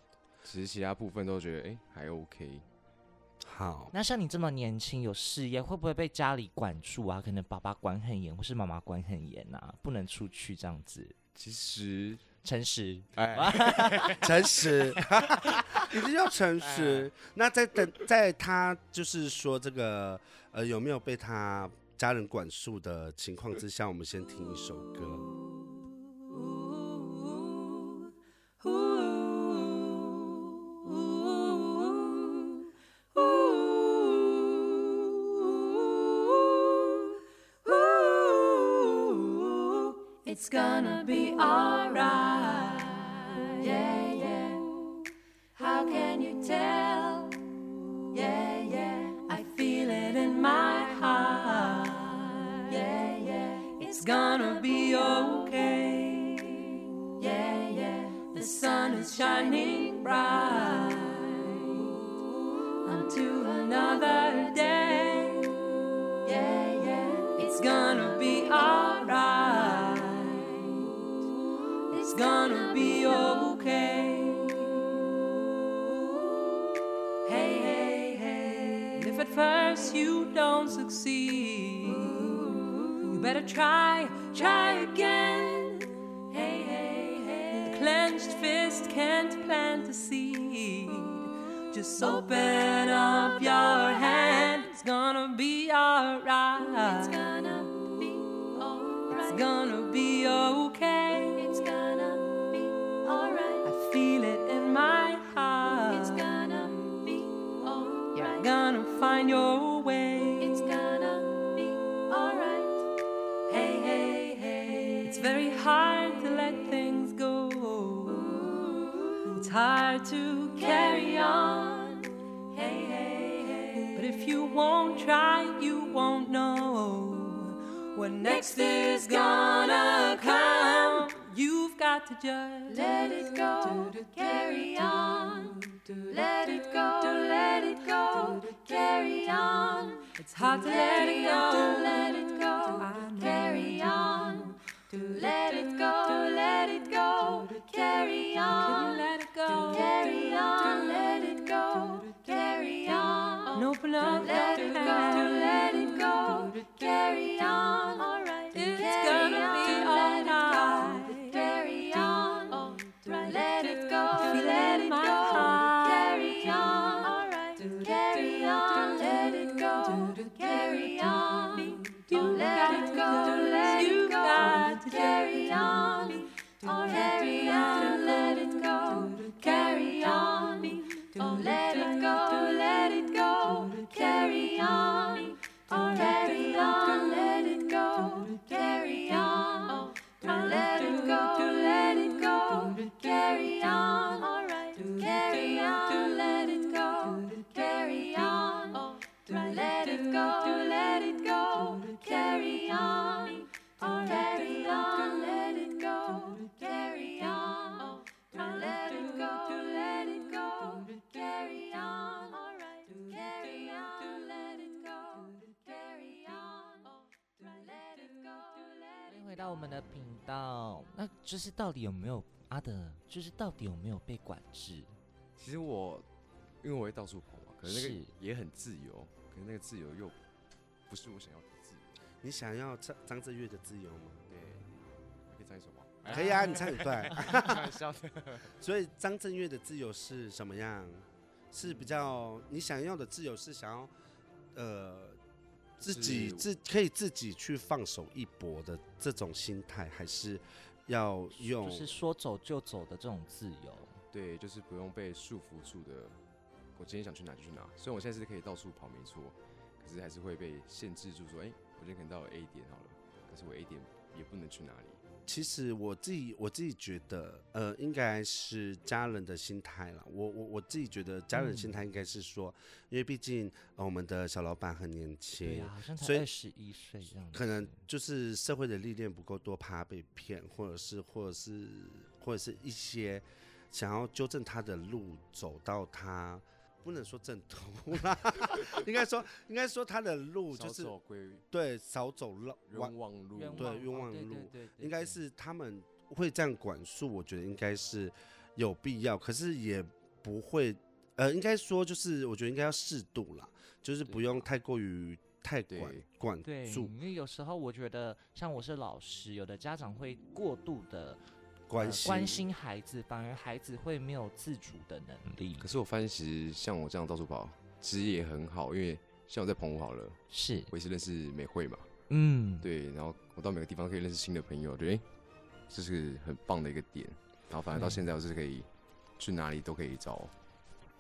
[SPEAKER 3] 其实其他部分都觉得，哎，还 OK，
[SPEAKER 2] 好，
[SPEAKER 1] 那像你这么年轻有事业，会不会被家里管住啊？可能爸爸管很严，或是妈妈管很严啊，不能出去这样子。
[SPEAKER 3] 其实，
[SPEAKER 1] 诚实，
[SPEAKER 3] 哎，
[SPEAKER 2] 诚实， 一定要诚实。
[SPEAKER 1] 哎
[SPEAKER 2] 那在等在他就是说这个呃有没有被他家人管束的情况之下，我们先听一首歌。
[SPEAKER 4] It's gonna be alright. Yeah, yeah. How can you tell? Yeah, yeah. I feel it in my heart. Yeah, yeah. It's gonna be okay. Yeah, yeah. The sun is shining bright onto another day. Yeah, yeah. It's gonna be alright. It's gonna be okay. Hey, hey, hey. And If at first you don't succeed, you better try, try again. Hey, hey, hey. The clenched fist can't plant a seed. Just open up your hand. It's gonna be alright. It's gonna be alright. It's gonna be okay. It's gonna be alright. I feel it in my heart. It's gonna be alright. You're gonna find your way. It's gonna be alright. Hey, hey, hey. It's very hard to let things go. It's hard to carry on. Hey, hey, hey. But if you won't try, you won't know what next is gonna come. You've got to just let it go, carry on. Let it go, let it go, carry on. It's hard to let it go, let it go, carry on. Let it go, let it go, carry on. Let it go, carry on. Let it go, carry on. And open up, let it go, let it go, carry on. Alright, it's gonna be alright. Carry on, let it go, let it go, carry on. Alright, carry on, let it go, carry on. Let it go, let it go, carry on. Carry on, let it go, carry on. Let it go, let it go, carry on. Carry on, let it go, carry on. Let it go, let it go, carry on. Carry on, let it go, carry on. Let it go, let it go, carry on. Carry on, let it go, carry on. Let it go, let it go, carry on. Carry on, let it go, carry on. Let it go, let it go.
[SPEAKER 1] 回到我们的频道，那就是到底有没有阿德，就是到底有没有被管制？
[SPEAKER 3] 其实我因为我会到处跑嘛，可是那
[SPEAKER 1] 是
[SPEAKER 3] 个也很自由，可是那个自由又不是我想要的自由。
[SPEAKER 2] 你想要张张震岳的自由吗？
[SPEAKER 3] 对，我可以唱一首吗？
[SPEAKER 2] 可以啊，你唱一段。
[SPEAKER 3] 开玩笑的。
[SPEAKER 2] 所以张震岳的自由是什么样？是比较你想要的自由是想要，呃，自己
[SPEAKER 3] 就是
[SPEAKER 2] 自可以自己去放手一搏的这种心态，还是要用？
[SPEAKER 1] 就是说走就走的这种自由。
[SPEAKER 3] 对，就是不用被束缚住的。我今天想去哪就去哪，虽然我现在是可以到处跑，没错，可是还是会被限制住。说，哎、我今天可能到了 A 点好了，可是我 A 点也不能去哪里。
[SPEAKER 2] 其实我自己我自己觉得，呃，应该是家人的心态了。我我我自己觉得家人的心态应该是说，因为毕竟、呃、我们的小老板很年轻，
[SPEAKER 1] 对啊，好像
[SPEAKER 2] 所
[SPEAKER 1] 才
[SPEAKER 2] 以
[SPEAKER 1] 二十一岁这样子。
[SPEAKER 2] 可能就是社会的历练不够多，怕被骗，或者是或者是或者是一些想要纠正他的路走到他不能说正途啦， 应该说应该说他的路
[SPEAKER 3] 少
[SPEAKER 2] 哦就是
[SPEAKER 3] 走归
[SPEAKER 2] 对少走了弯
[SPEAKER 3] 冤枉路，
[SPEAKER 1] 冤
[SPEAKER 2] 对冤
[SPEAKER 1] 哦
[SPEAKER 2] 枉
[SPEAKER 1] 对
[SPEAKER 2] 路
[SPEAKER 1] 对对对
[SPEAKER 2] 应该
[SPEAKER 1] 对
[SPEAKER 2] 是他们会这样管束，我觉得应该是有必要，可是也不会，呃，应该说就是我觉得应该要适度啦，就是不
[SPEAKER 3] 对
[SPEAKER 2] 用
[SPEAKER 3] 啊
[SPEAKER 2] 太过于太管
[SPEAKER 3] 对
[SPEAKER 2] 管
[SPEAKER 1] 对，
[SPEAKER 2] 住
[SPEAKER 1] 因为有时候我觉得，像我是老师，有的家长会过度的
[SPEAKER 2] 关
[SPEAKER 1] 呃
[SPEAKER 2] 心、
[SPEAKER 1] 关心孩子，反而孩子会没有自主的能力。
[SPEAKER 3] 可是我发现，其实像我这样到处跑，其实也很好，因为像我在澎湖好了，
[SPEAKER 1] 是，
[SPEAKER 3] 我也是认识美惠嘛，
[SPEAKER 1] 嗯，
[SPEAKER 3] 对，然后我到每个地方可以认识新的朋友，对，哎这是很棒的一个点。然后反正到
[SPEAKER 1] 嗯
[SPEAKER 3] 现在，我是可以去哪里都可以找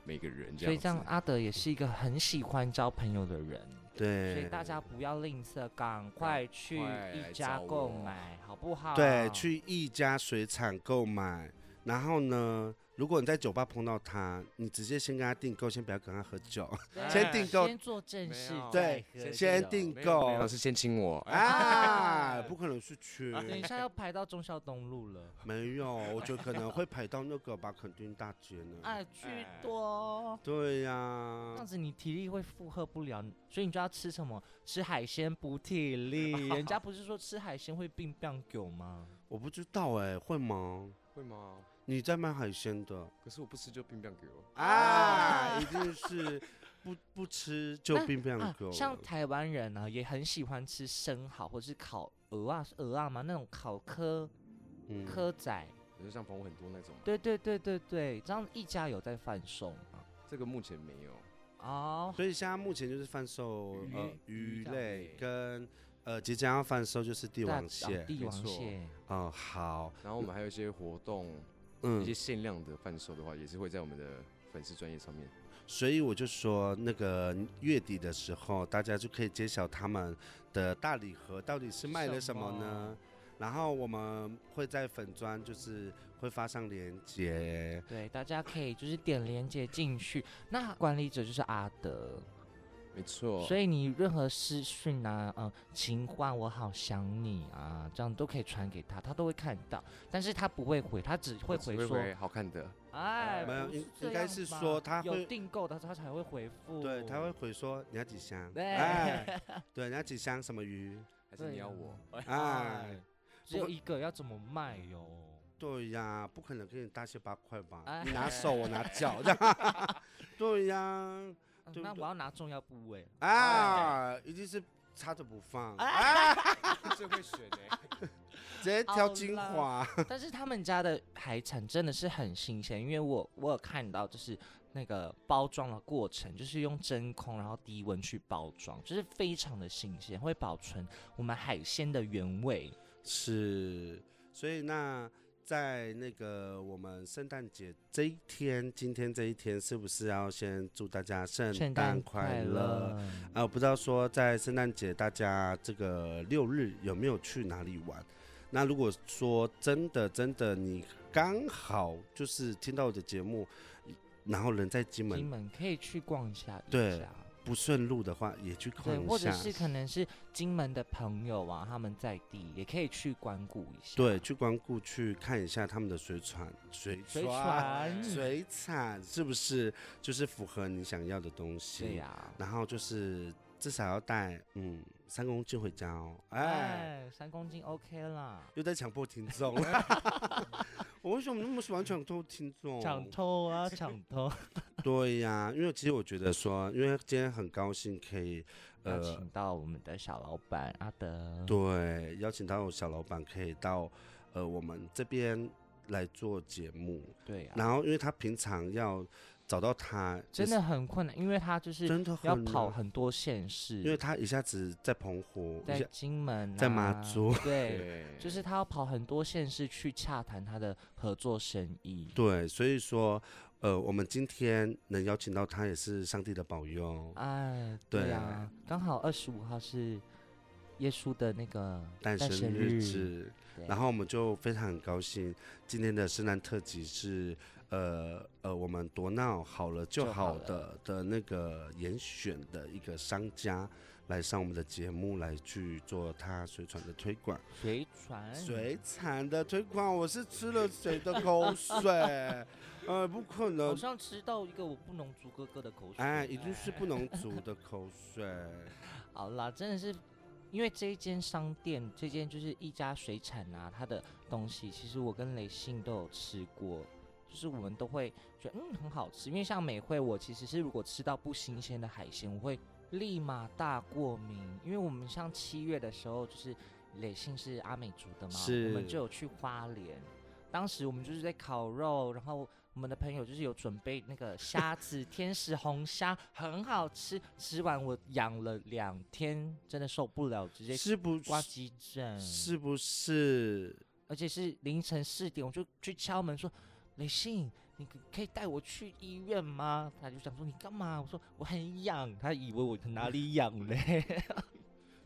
[SPEAKER 3] 每个人这样子。
[SPEAKER 1] 所以这样阿德也是一个很喜欢交朋友的人，所
[SPEAKER 2] 对，
[SPEAKER 1] 以大家不要吝啬，赶快去
[SPEAKER 3] 快
[SPEAKER 1] 一
[SPEAKER 3] 来
[SPEAKER 1] 家
[SPEAKER 3] 找
[SPEAKER 1] 购
[SPEAKER 3] 我
[SPEAKER 1] 买，好不好？
[SPEAKER 2] 对，去一家水产购买。然后呢，如果你在酒吧碰到他，你直接先跟他订购，先不要跟他喝酒，
[SPEAKER 3] 哦
[SPEAKER 1] 对
[SPEAKER 2] 先订购
[SPEAKER 1] 先做正
[SPEAKER 3] 没
[SPEAKER 1] 事
[SPEAKER 3] 有，
[SPEAKER 1] 再
[SPEAKER 2] 对
[SPEAKER 1] 喝
[SPEAKER 2] 先
[SPEAKER 1] 酒
[SPEAKER 2] 订
[SPEAKER 3] 没有啊
[SPEAKER 2] 购
[SPEAKER 3] 没有是先亲我，哎，
[SPEAKER 2] 啊！
[SPEAKER 1] 哎
[SPEAKER 2] 不可能是去，
[SPEAKER 1] 啊等一下要排到忠孝东路了，
[SPEAKER 2] 没有，我觉得可能会排到那个吧，垦丁大街呢。
[SPEAKER 1] 哎，巨多。
[SPEAKER 2] 对呀、
[SPEAKER 1] 这样子你体力会负荷不了，所以你就要吃什么？吃海鲜补体力。人家不是说吃海鲜会病病狗吗？
[SPEAKER 2] 我不知道哎、会吗？
[SPEAKER 3] 会吗？
[SPEAKER 2] 你在卖海鲜的
[SPEAKER 3] 可是我不吃就冰棒给我。
[SPEAKER 2] 啊，一定是不不吃就
[SPEAKER 1] 啊
[SPEAKER 2] 冰
[SPEAKER 1] 啊
[SPEAKER 2] 棒狗、了。
[SPEAKER 1] 像台湾人呢、也很喜欢吃生蚝或是烤鹅啊，是鹅啊嘛，那种烤科
[SPEAKER 2] 嗯
[SPEAKER 1] 科仔。
[SPEAKER 3] 你说像朋友很多那种吗？
[SPEAKER 1] 对对对对对，这样一家有在贩售吗？
[SPEAKER 3] 这个目前没有。
[SPEAKER 1] 哦，
[SPEAKER 2] 所以现在目前就是贩售
[SPEAKER 1] 鱼
[SPEAKER 2] 呃
[SPEAKER 1] 鱼
[SPEAKER 2] 鱼
[SPEAKER 1] 这样
[SPEAKER 2] 类跟呃即将要贩售就是帝
[SPEAKER 1] 对啊
[SPEAKER 2] 王蟹
[SPEAKER 1] 哦。帝
[SPEAKER 3] 没
[SPEAKER 1] 王
[SPEAKER 3] 错
[SPEAKER 1] 蟹。
[SPEAKER 2] 哦、好，
[SPEAKER 3] 然后我们还有一些活动，一些
[SPEAKER 2] 嗯，
[SPEAKER 3] 限量的贩售的话，也是会在我们的粉丝专业上面。
[SPEAKER 2] 所以我就说那个月底的时候，大家就可以揭晓他们的大礼盒到底是卖了什么呢？然后我们会在粉砖就是会发上链接，
[SPEAKER 1] 对，大家可以就是点连接进去。那管理者就是阿德，
[SPEAKER 3] 没错，
[SPEAKER 1] 所
[SPEAKER 3] 以
[SPEAKER 1] 以你任何私讯啊，嗯、情话我好想你啊，这样都可以传给他，他都会看到，但是他不会回，他只会回说，
[SPEAKER 3] 回好看的。
[SPEAKER 1] 哎，
[SPEAKER 2] 没有
[SPEAKER 1] 不
[SPEAKER 2] 应
[SPEAKER 1] 是这
[SPEAKER 2] 应该
[SPEAKER 1] 样
[SPEAKER 2] 是
[SPEAKER 1] 吧
[SPEAKER 2] 说他
[SPEAKER 1] 有
[SPEAKER 2] 会
[SPEAKER 1] 订购的，他才会回复，
[SPEAKER 2] 对，他会回说你要几箱，
[SPEAKER 1] 对
[SPEAKER 2] 哎，对，你要几箱什么 鱼，
[SPEAKER 3] 还是你要我？
[SPEAKER 1] 嗯
[SPEAKER 2] 哎，，
[SPEAKER 1] 啊只有一个要怎么卖哟？
[SPEAKER 2] 对呀，不可能给你大卸八块吧？
[SPEAKER 1] 哎
[SPEAKER 2] 你拿手，我拿脚，这样。 对呀，
[SPEAKER 1] 啊
[SPEAKER 2] 对
[SPEAKER 1] 那
[SPEAKER 2] 对
[SPEAKER 1] 我要拿重要部位
[SPEAKER 2] 啊，一定是插着不放，
[SPEAKER 1] 哎
[SPEAKER 2] 啊，
[SPEAKER 3] 最会选欸呢、
[SPEAKER 2] 直接挑精华。
[SPEAKER 1] 但是他们家的海产真的是很新鲜，因为我我有看到就是那个包装的过程，就是用真空然后低温去包装，就是非常的新鲜，会保存我们海鲜的原味。
[SPEAKER 2] 是，所以那在那个我们圣诞节这一天，今天这一天，是不是要先祝大家圣
[SPEAKER 1] 圣
[SPEAKER 2] 诞
[SPEAKER 1] 诞
[SPEAKER 2] 快
[SPEAKER 1] 快
[SPEAKER 2] 乐？
[SPEAKER 1] 乐！
[SPEAKER 2] 啊，我不知道说在圣诞节大家这个六日有没有去哪里玩？那如果说真的真的你刚好就是听到我的节目，然后人在金
[SPEAKER 1] 金
[SPEAKER 2] 门
[SPEAKER 1] 门可以去逛一下一
[SPEAKER 2] 对
[SPEAKER 1] 下，
[SPEAKER 2] 不顺路的话，也去看
[SPEAKER 1] 对，或
[SPEAKER 2] 一
[SPEAKER 1] 者
[SPEAKER 2] 下，
[SPEAKER 1] 是可能是金门的朋友啊，他们在地也可以去光顾一下。
[SPEAKER 2] 对，去光顾去看一下他们的水产、水
[SPEAKER 1] 水
[SPEAKER 2] 船、
[SPEAKER 1] 船，
[SPEAKER 2] 水产是不是就是符合你想要的东西？
[SPEAKER 1] 对呀、
[SPEAKER 2] 然后就是至少要带嗯三公斤回家哦，哎
[SPEAKER 1] 哎，三公斤 OK 啦。
[SPEAKER 2] 又在强迫听 众了。我为什么那么喜欢抢偷听众？
[SPEAKER 1] 抢偷啊，抢偷！
[SPEAKER 2] 对呀、因为其实我觉得说，因为今天很高兴可以，
[SPEAKER 1] 要
[SPEAKER 2] 呃
[SPEAKER 1] 请，到我们的小老板阿德。
[SPEAKER 2] 对，邀请到小老板可以到呃我们这边来做节目，
[SPEAKER 1] 对啊，
[SPEAKER 2] 然后因为他平常要找到他
[SPEAKER 1] 真
[SPEAKER 2] 也
[SPEAKER 1] 的很困难，因为他就是是
[SPEAKER 2] 真的
[SPEAKER 1] 要
[SPEAKER 2] 很
[SPEAKER 1] 跑
[SPEAKER 2] 难，
[SPEAKER 1] 很多县市，
[SPEAKER 2] 因为他一下子在澎湖，一
[SPEAKER 1] 在
[SPEAKER 2] 下
[SPEAKER 1] 金门、啊
[SPEAKER 2] 在马祖，
[SPEAKER 1] 对，
[SPEAKER 3] 对，
[SPEAKER 1] 就是他要跑很多县市去洽谈他的合作生意。
[SPEAKER 2] 对，所以说呃我们今天能邀请到他也是上帝的保佑，
[SPEAKER 1] 哎，
[SPEAKER 2] 对
[SPEAKER 1] 对啊，刚好二十五号是耶稣的那个
[SPEAKER 2] 诞
[SPEAKER 1] 诞
[SPEAKER 2] 生
[SPEAKER 1] 生
[SPEAKER 2] 日子。
[SPEAKER 1] 对
[SPEAKER 2] 然后我们就非常高兴，今天的圣诞特辑是呃呃，我们夺闹好了就
[SPEAKER 1] 就
[SPEAKER 2] 好
[SPEAKER 1] 好
[SPEAKER 2] 的的那个严选的一个商家来上我们的节目来去做他水产的推广，
[SPEAKER 1] 水船，
[SPEAKER 2] 水产的推广，我是吃了谁的口水？呃，不可
[SPEAKER 1] 好
[SPEAKER 2] 能。
[SPEAKER 1] 像吃到一个我不能足哥哥的口水。
[SPEAKER 2] 哎，一 定是不能煮的口水。
[SPEAKER 1] 好啦，真的是因为这一间商店，这间就是一家水产啊，它的东西其实我跟雷信都有吃过，就是我们都会觉得嗯很好吃。因为像美惠，我其实是如果吃到不新鲜的海鲜，我会立马大过敏。因为我们像七月的时候，就是雷信是阿美族的嘛，我
[SPEAKER 2] 是
[SPEAKER 1] 们就有去花莲。当时我们就是在烤肉，然后我们的朋友就是有准备那个虾子，天使红虾很好吃，吃完我养了两天，真的受不了，直接嗯
[SPEAKER 2] 是不
[SPEAKER 1] 挂
[SPEAKER 2] 是？
[SPEAKER 1] 急诊，
[SPEAKER 2] 是不是？
[SPEAKER 1] 而且是凌晨四点，我就去敲门说：“雷信，你可可以带我去医院吗？”他就想说：“你干嘛？”我说：“我很痒。”他以为我哪里痒 嘞？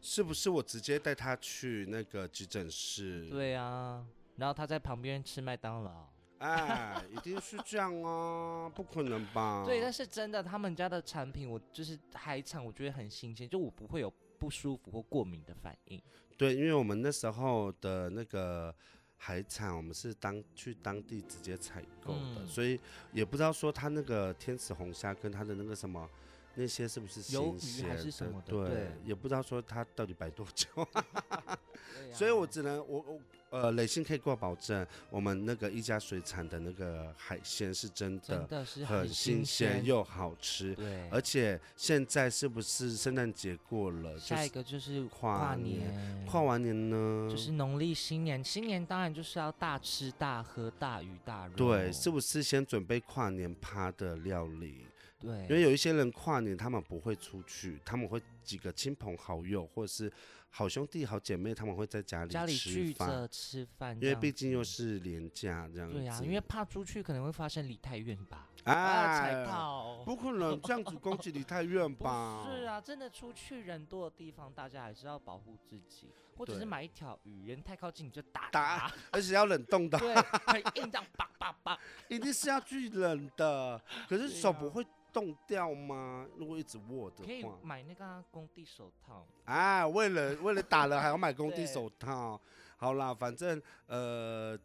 [SPEAKER 2] 是不是我直接带他去那个急诊室？
[SPEAKER 1] 对啊，然后他在旁边吃麦当劳。
[SPEAKER 2] 哎，一定是这样啊， 不可能吧？
[SPEAKER 1] 对，但是真的，他们家的产品，我就是海产，我觉得很新鲜，就我不会有不舒服或过敏的反应。
[SPEAKER 2] 对，因为我们那时候的那个海产，我们是当去当地直接采购的，
[SPEAKER 1] 嗯
[SPEAKER 2] 所以也不知道说它那个天使红虾跟它的那个什么。那些是不是
[SPEAKER 1] 鱿
[SPEAKER 2] 新
[SPEAKER 1] 鱼还
[SPEAKER 2] 鲜
[SPEAKER 1] 是什么的
[SPEAKER 2] 对，
[SPEAKER 1] 对
[SPEAKER 2] 也不知道说它到底摆多久，啊
[SPEAKER 1] 对啊呀
[SPEAKER 2] 所以我只能我我呃，磊信可以给我保证，我们那个一家水产的那个海鲜是真
[SPEAKER 1] 真
[SPEAKER 2] 的
[SPEAKER 1] 的是
[SPEAKER 2] 很
[SPEAKER 1] 新
[SPEAKER 2] 新鲜又好吃，
[SPEAKER 1] 对，
[SPEAKER 2] 而且现在是不是圣诞节过了？就
[SPEAKER 1] 下一
[SPEAKER 2] 是
[SPEAKER 1] 个就是
[SPEAKER 2] 跨
[SPEAKER 1] 跨
[SPEAKER 2] 年
[SPEAKER 1] 年
[SPEAKER 2] 跨完年呢？
[SPEAKER 1] 就是农历新年，新年当然就是要大吃大喝、大鱼大肉。
[SPEAKER 2] 对，是不是先准备跨年趴的料理？
[SPEAKER 1] 对，
[SPEAKER 2] 因为有一些人跨年他们不会出去，他们会几个亲朋好友或者是好兄弟、好姐妹，他们会在家
[SPEAKER 1] 家里
[SPEAKER 2] 里吃
[SPEAKER 1] 聚
[SPEAKER 2] 饭，
[SPEAKER 1] 着吃饭这
[SPEAKER 2] 因为
[SPEAKER 1] 样子，
[SPEAKER 2] 毕竟又是年假这样子。啊
[SPEAKER 1] 对啊呀、因为怕出去可能会发生离太远吧，啊，
[SPEAKER 2] 哎
[SPEAKER 1] 踩，到。
[SPEAKER 2] 不可能这样子攻击离太 远
[SPEAKER 1] 不
[SPEAKER 2] 吧？
[SPEAKER 1] 是，啊，真的出去人多的地方，大家还是要保护自己，或者是
[SPEAKER 2] 对
[SPEAKER 1] 买一条鱼，人太靠近你就打
[SPEAKER 2] 打
[SPEAKER 1] 它，
[SPEAKER 2] 而且要冷冻的，
[SPEAKER 1] 对，很硬这样 叭叭叭，
[SPEAKER 2] 一定是要去冷的。可是
[SPEAKER 1] 对
[SPEAKER 2] 手
[SPEAKER 1] 呀
[SPEAKER 2] 不会冻掉吗？如果一直握的
[SPEAKER 1] 可以
[SPEAKER 2] 话，
[SPEAKER 1] 买那个啊工地手套，
[SPEAKER 2] 啊，为了为了打人还要买工地
[SPEAKER 1] 对
[SPEAKER 2] 手套。好啦，反正呃，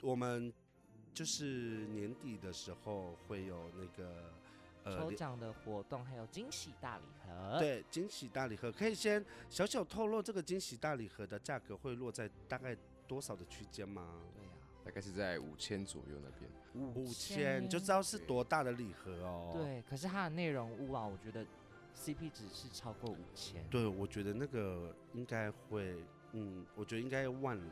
[SPEAKER 2] 我们就是年底的时候会有那个呃
[SPEAKER 1] 抽。奖的活动，还有惊喜大礼盒。，
[SPEAKER 2] 对，惊喜大礼盒可以先小小透露这个惊喜大礼盒的价格会落在大概多少的区间吗？
[SPEAKER 1] 对啊呀、
[SPEAKER 3] 大概是在五千左右那边。
[SPEAKER 2] 五千，你就知道是多大的礼盒哦。，
[SPEAKER 1] 对。可是它的内容物啊，我觉得 CP 值是超过五千。，
[SPEAKER 2] 对，我觉得那个应该会，嗯，我觉得应该万了。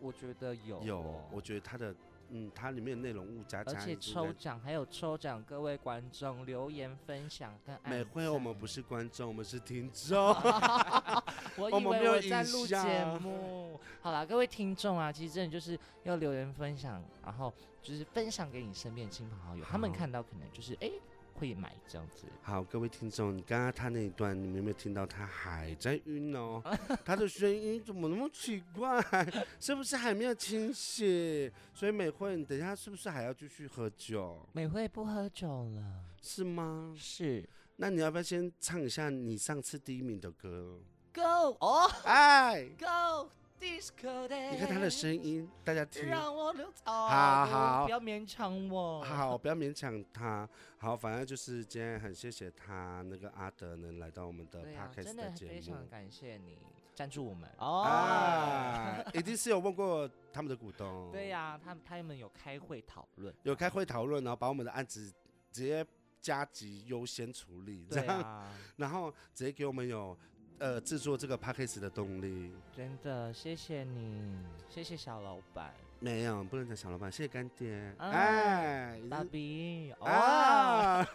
[SPEAKER 1] 我觉得有
[SPEAKER 2] 有，
[SPEAKER 1] 哦
[SPEAKER 2] 我觉得它的，嗯，它里面的内容物加
[SPEAKER 1] 而
[SPEAKER 2] 加
[SPEAKER 1] 且
[SPEAKER 2] 已经
[SPEAKER 1] 抽
[SPEAKER 2] 在
[SPEAKER 1] 奖还有抽奖，各位观众留言分享跟按
[SPEAKER 2] 美惠，我们
[SPEAKER 1] 赞
[SPEAKER 2] 不，是观众，我们是听众。
[SPEAKER 1] 哦我以
[SPEAKER 2] 我们没
[SPEAKER 1] 为
[SPEAKER 2] 有
[SPEAKER 1] 我在
[SPEAKER 2] 影
[SPEAKER 1] 录节
[SPEAKER 2] 像
[SPEAKER 1] 目。好啦，各位听众啊，其实真的就是要留言分享，然后就是分享给你身边的亲朋好友，他们
[SPEAKER 2] 好
[SPEAKER 1] 看到可能就是哎、会买这样子。
[SPEAKER 2] 好，各位听众，你刚刚他那一段，你们有没有听到？他还在晕哦，他的声音怎么那么奇怪？ 是不是还没有清醒？所以美惠，你等一下是不是还要继续喝酒？
[SPEAKER 1] 美惠不喝酒了，
[SPEAKER 2] 是吗？
[SPEAKER 1] 是
[SPEAKER 2] 那你要不要先唱一下你上次第一名的歌？
[SPEAKER 1] Go 哦
[SPEAKER 2] 哎，
[SPEAKER 1] Go Disco Day。
[SPEAKER 2] 你看他的声音，大家听。
[SPEAKER 1] 哎让我流走。
[SPEAKER 2] 好好
[SPEAKER 1] 不要勉强我。，
[SPEAKER 2] 好，不要勉强他。好，反正就是今天很谢谢他那个阿德能来到我们的
[SPEAKER 1] 对啊，
[SPEAKER 2] podcast
[SPEAKER 1] 真的
[SPEAKER 2] 节
[SPEAKER 1] 非
[SPEAKER 2] 目
[SPEAKER 1] 常感谢你赞助我们哦。
[SPEAKER 2] 啊，一定是有问过他们的股东，
[SPEAKER 1] 对、呀、他们他们有开会讨论。
[SPEAKER 2] 有开会讨论，然后把我们的案子直接加急优先处理，这
[SPEAKER 1] 对
[SPEAKER 2] 样，
[SPEAKER 1] 啊，
[SPEAKER 2] 然后直接给我们有呃制作这个 podcast 的动力。
[SPEAKER 1] 真的谢谢你，谢谢小老板，
[SPEAKER 2] 没有，不能讲小老板，谢谢干爹，
[SPEAKER 1] 啊
[SPEAKER 2] 哎，
[SPEAKER 1] 大比哦。
[SPEAKER 2] 啊。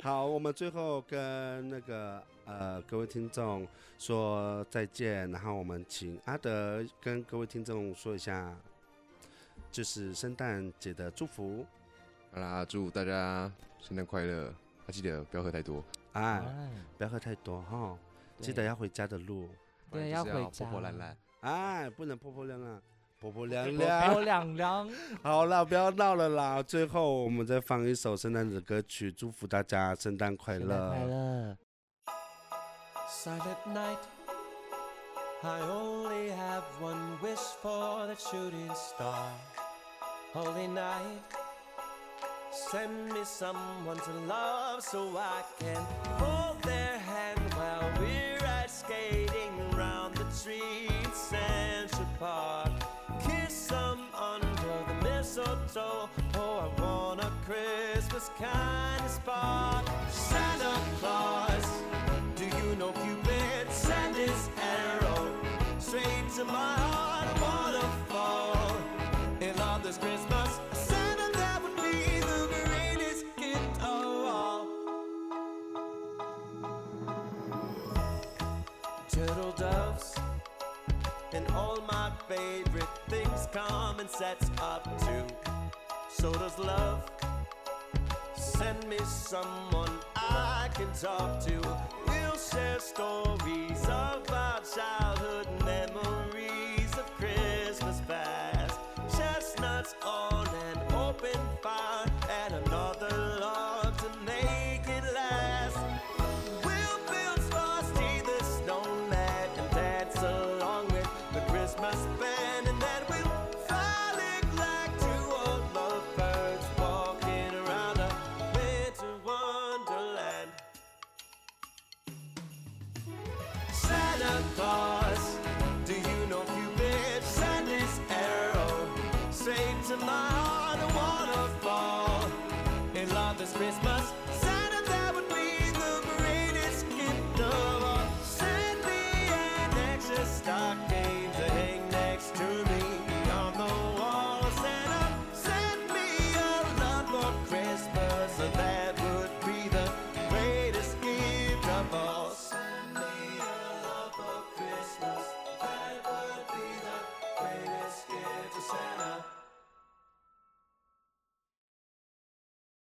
[SPEAKER 2] 好，我们最后跟那个呃各位听众说再见，然后我们请阿德跟各位听众说一下，就是圣诞节的祝福
[SPEAKER 3] 好啦，祝大家圣诞快乐！啊，记得不要喝太多，
[SPEAKER 2] 啊，
[SPEAKER 1] 哎
[SPEAKER 2] 不要喝太多哈，记
[SPEAKER 1] 对
[SPEAKER 2] 得要回家的路，
[SPEAKER 3] 不然
[SPEAKER 1] 对
[SPEAKER 3] 就是
[SPEAKER 1] 要
[SPEAKER 3] 要
[SPEAKER 1] 回家
[SPEAKER 3] 破破烂烂。
[SPEAKER 2] 哎，不能破破亮亮，破破亮
[SPEAKER 1] 我
[SPEAKER 2] 亮
[SPEAKER 1] 有。两两，
[SPEAKER 2] 好了，不要闹了啦。最后我们再放一首圣诞的歌曲，祝福大家圣诞快
[SPEAKER 1] 圣
[SPEAKER 2] 乐。
[SPEAKER 1] 诞快乐。
[SPEAKER 5] Silent night. I only have one wish for the shooting star. Holy night. Send me someone to love so I can hold their hand while we're ice skating around the tree in Central Park. Kiss them under the mistletoe. Oh, I want a Christmas kind of spark. Santa Claus. Do you know Cupid sent his arrow straight to my heart? Waterfall. In all this Christmas, Santa, that would be the greatest gift of all. Turtle doves and all my favorite things come and sets up too. So does love. Send me someone I can talk to. We'll share stories of our childhood memories of Christmas past. Chestnuts on an open fire and another log to make it last. We'll build Frosty the snowman and dance my